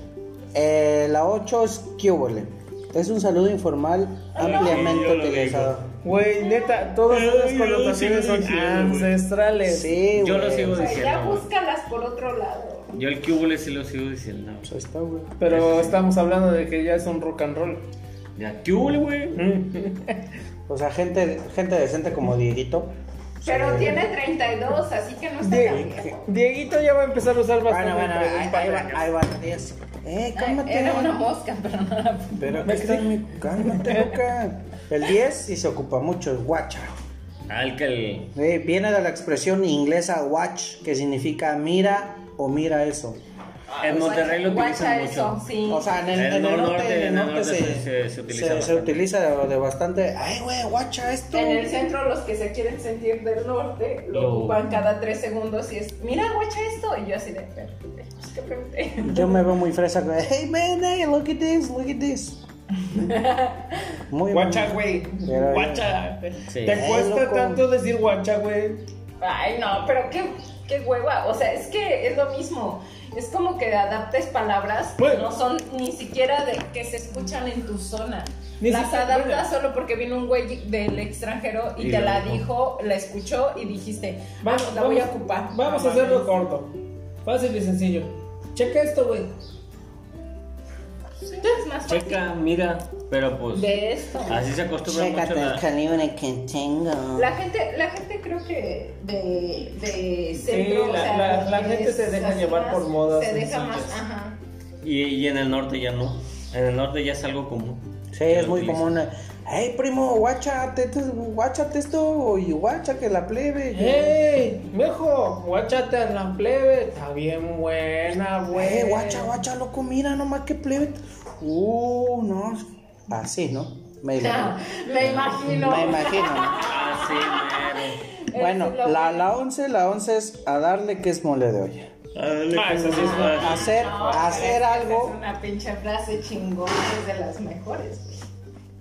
Eh, la 8 es Kyobole. Es un saludo informal ampliamente yo lo utilizado. Güey, neta, todas esas connotaciones son ancestrales. Sí, Yo güey. pues, lo sigo O sea, ya diciendo. güey. búscalas por otro lado. Yo el cubule sí lo sigo diciendo. Pues ahí está, güey. Pero estamos hablando de que ya es un rock and roll. Ya, cubule, güey. O sea, gente, gente decente como Dieguito. Pero Sí. tiene 32, así que no está tan viejo. Die- Dieguito ya va a empezar a usar bastante. Bueno, bueno, dentro de un ahí, par ahí de va, años. ahí va Diez. Eh, Ay, cálmate. Era una mosca, pero no la Pero aquí está mi... Cálmate, loca. El 10 sí se ocupa mucho, es guacha. Al que el. Eh, viene de la expresión inglesa watch, que significa mira o mira eso. Ah, En Monterrey lo Guacha utilizan eso, mucho. sí. O sea, en el, En en el el norte, norte, en el norte se, se- se utiliza se- se bastante. utiliza de bastante. Ay, güey, guacha esto. en el centro los que se quieren sentir del norte lo Lo- ocupan cada tres segundos y es, mira, guacha esto. Y yo así de, "Pero, pues, ¿qué pregunté? Yo me veo muy fresa. güey. Hey, man, hey, look at this, look at this. Muy Guacha, muy- güey. Pero- Guacha. Sí. Te Ay, cuesta Eh, loco. tanto decir guacha, güey. Ay, no, pero qué, qué hueva. O sea, es que es lo mismo. Es como que adaptes palabras que Bueno. no son ni siquiera de que se escuchan en tu zona. Ni Las siquiera- adaptas solo porque vino un güey del extranjero y, Y te lo la dijo. dijo, la escuchó y dijiste, Va- vamos, la voy a ocupar. Vamos a hacerlo corto. Fácil y sencillo. Checa esto, güey. Sí, es más fácil Checa, mira, pero pues. de esto. Así se acostumbra mucho Chécate el la. calibre que tengo. La gente, la gente creo que de, de Sí, centro, o la- sea, la- la es gente se deja así llevar más, por modas Se deja más, sencillas. ajá. Y, y en el norte ya no. En el norte ya es algo común. Sí, Que es lo muy utilizan. común. Hey, primo, guachate, esto- guachate esto y guacha que la plebe. ¡Ey! Mejo, guachate a la plebe. Está bien buena, güey. Güey, Eh. Pues, Eh, guacha, guacha, loco, mira nomás que plebe. Uh, no. Así, ¿no? Me imagino. Me imagino. Me imagino. ¿no? Así, mero. Eso Bueno, es lo la, bueno. la 11, la 11 es a darle que es mole de olla. Ah, eso sí es Ah, Hacer, No, hacer pero es que algo. Es una pinche frase chingona, es de las mejores.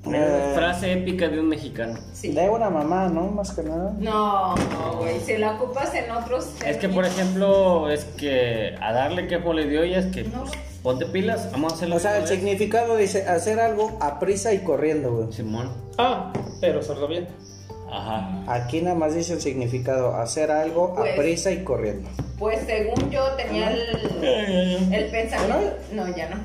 güey. eh, Frase épica de un mexicano. Sí. de una mamá, ¿no? Más que nada. No, no, güey, si la ocupas en otros Es que, por términos, ejemplo, es que a darle que mole de olla es que No. ponte pilas, vamos a hacerlo. O sea, el otra vez. significado dice hacer algo a prisa y corriendo, güey. Simón. Ah, pero cerró bien. Ajá. Aquí nada más dice el significado, hacer algo a Pues. prisa y corriendo. Pues según yo tenía el, el pensamiento. No, ya no.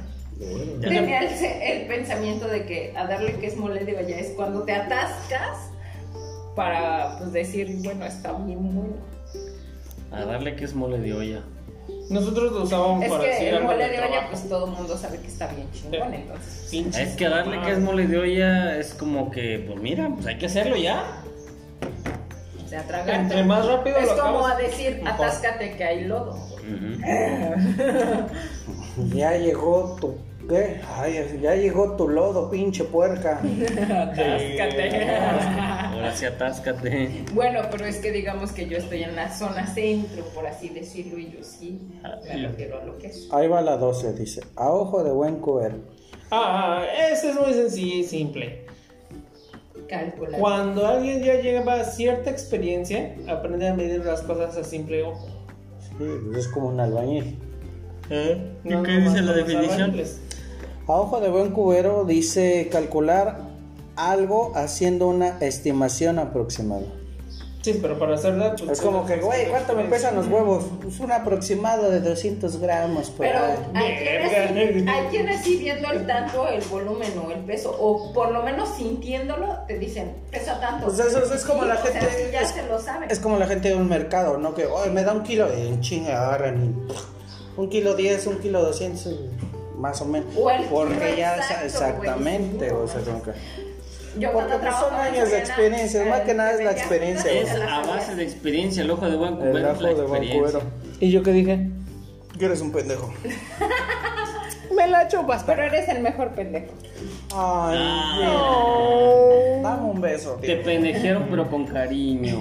Tenía el, se- el pensamiento de que a darle que es mole de olla es cuando te atascas para pues decir, bueno, está bien bueno. A darle que es mole de olla. Nosotros lo usábamos Es para decir que el algo mole del de olla trabajo. pues todo el mundo sabe que está bien chingón, entonces. Pinches Es que a darle que es mole de olla es como que, pues mira, pues hay que hacerlo ya. O sea, tragarte. Entre más rápido Es lo como acabas, a decir, mejor. atáscate que hay lodo. Ujú. Ya llegó tu. ¿Qué? Ay, ya llegó tu lodo, pinche puerca. Atáscate. Ahora sí, atáscate. Bueno, pero es que digamos que yo estoy en la zona centro, por así decirlo, y yo sí Ah, me lo quiero a lo que es. Ahí va la 12, dice. A ojo de buen cuero. Ah, ese es muy sencillo y simple. Calcular. Cuando alguien ya lleva cierta experiencia, aprende a medir las cosas a simple ojo. Sí, pues es como un albañil. ¿Y No qué nomás dice la con los definición? albañiles. A ojo de buen cubero dice calcular algo haciendo una estimación aproximada. Sí, pero para hacerla... pues, Es como que, tienes güey, ¿cuánto me experiencia. pesan los huevos? Es un aproximado de 200 gramos por Pero ahí. hay quienes, Verga, sí- negro. hay quienes sí viendo el tanto el volumen o el peso, o por lo menos sintiéndolo, te dicen, pesa tanto. Pues eso es como Sí, la o sea, gente- sí, ya es- se lo saben. Es como la gente de un mercado, ¿no? Que, oye, me da un kilo y en chinga agarran y, ¡puf! un kilo 10, un kilo 200, más o menos. O el Porque kilo ya exacto, sa- exactamente, güey, o sea, sí, como que- Yo porque cuando pues son trabajaba años en de Soriana, experiencia, más eh, que nada es la vendía experiencia, frutas Es a y las base de verduras. experiencia, el ojo de buen el cubero es ajo la de buen experiencia. cubero. ¿Y yo qué dije? Que eres un pendejo. Me la chupas, Pero eres el mejor pendejo. Ay, Ah, mira, dame un beso. Te pendejearon, pero con cariño.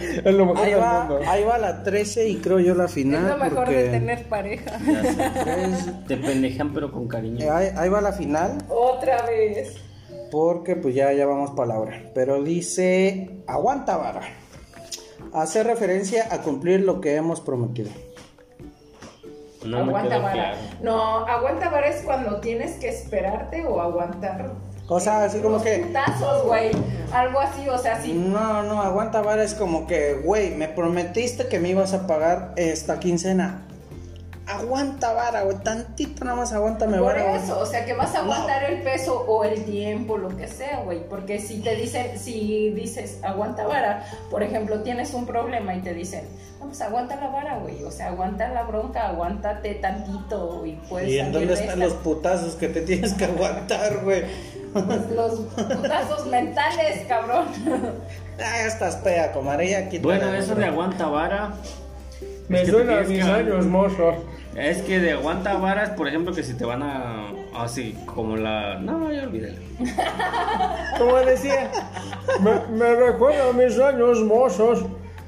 Es lo mejor Ahí del va, mundo. ahí va la 13 y creo yo la final. es lo mejor porque- de tener pareja. Ya sé. Te pendejean, pero con Eh, cariño. Ahí, ahí va la final. Otra vez. Porque pues ya, ya vamos para la hora. Pero dice, aguanta vara. Hace referencia a cumplir lo que hemos prometido. No me aguanta quedó vara. claro. No, aguanta vara es cuando tienes que esperarte o aguantar. O sea, así como los que- Mm, Putazos, güey. Algo así, o sea, sí. No, no, aguanta vara es como que, güey, me prometiste que me ibas a pagar esta quincena. aguanta vara, güey, tantito nada más aguántame Por vara. güey. eso, o sea, que vas a aguantar el peso o el tiempo, lo que sea, güey. Porque si te dicen, si dices aguanta vara, por ejemplo, tienes un problema y te dicen, no, pues aguanta la vara, güey. O sea, aguanta la bronca, aguántate tantito y puedes. ¿Y en salir dónde de están esta". los putazos que te tienes que aguantar, güey? Pues Los putazos mentales, cabrón. Ah, ya estás fea, comadre, ya quítala, Bueno, eso de güey. aguanta vara. Me Es que suena a tienes mis que- años, Mozart. Es que de aguanta varas, por ejemplo, que si te van a. Así como la. No, ya olvídalo. Como decía, me, me recuerda a mis años mozos.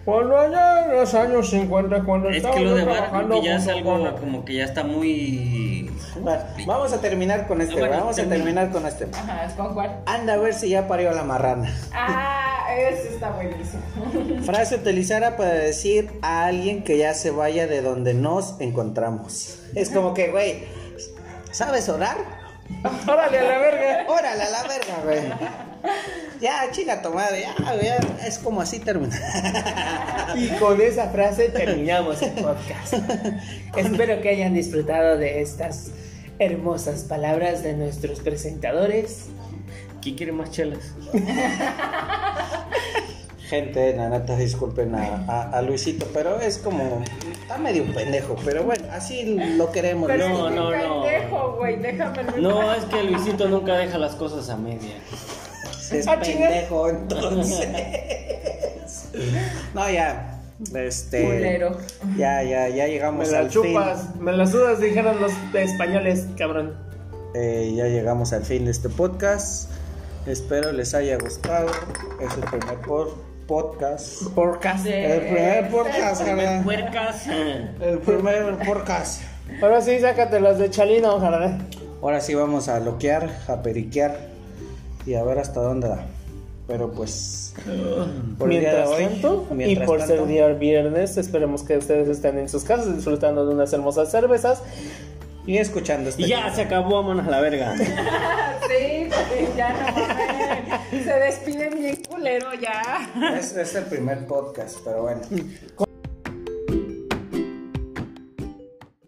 Cuando allá en los años 50, cuando Es estaba que lo yo de vara trabajando como que ya es junto algo con- como que ya está muy. Bueno, vamos a terminar con este, Ah, bueno, güey, vamos a terminar con este. Ajá, ¿con cuál? Anda a ver si ya parió la marrana. Ah, ese está buenísimo. Frase utilizada para decir a alguien que ya se vaya de donde nos encontramos. Es como que, güey, ¿sabes orar? ¡Órale, a la verga! Órale a la verga, güey. Ya, chinga tu madre, ya, güey, ya, es como así terminar. Y con esa frase terminamos el podcast. Espero que hayan disfrutado de estas hermosas palabras de nuestros presentadores. ¿Quién quiere más chelas? Gente, la neta, disculpen a, a- a Luisito, pero es como, está medio pendejo, pero bueno, así lo queremos. Pero Luisito. es no, un no. pendejo, güey, déjame No, es que Luisito nunca deja las cosas a media. Es pendejo, entonces. no, ya. Este. Culero. Ya, ya, ya llegamos Me la al chupas, me la sudas, dijeron los españoles, cabrón. fin. Eh, ya llegamos al fin de este podcast. Espero les haya gustado. Es el primer por- podcast. Porcas. El Eh, primer podcast, carnal. Puercas. El primer podcast. Ahora sí, sácate las de Chalino, ojalá. Ahora sí vamos a loquear, a periquear y a ver hasta dónde da. Pero pues. por el día de Mientras hoy, tanto, y mientras por ser tanto, día viernes, esperemos que ustedes estén en sus casas disfrutando de unas hermosas cervezas. Y escuchando este. Y ya se acabó, vámonos a la verga. Sí, porque ya no mames. Se despiden bien culero ya. Es, es el primer podcast, pero bueno.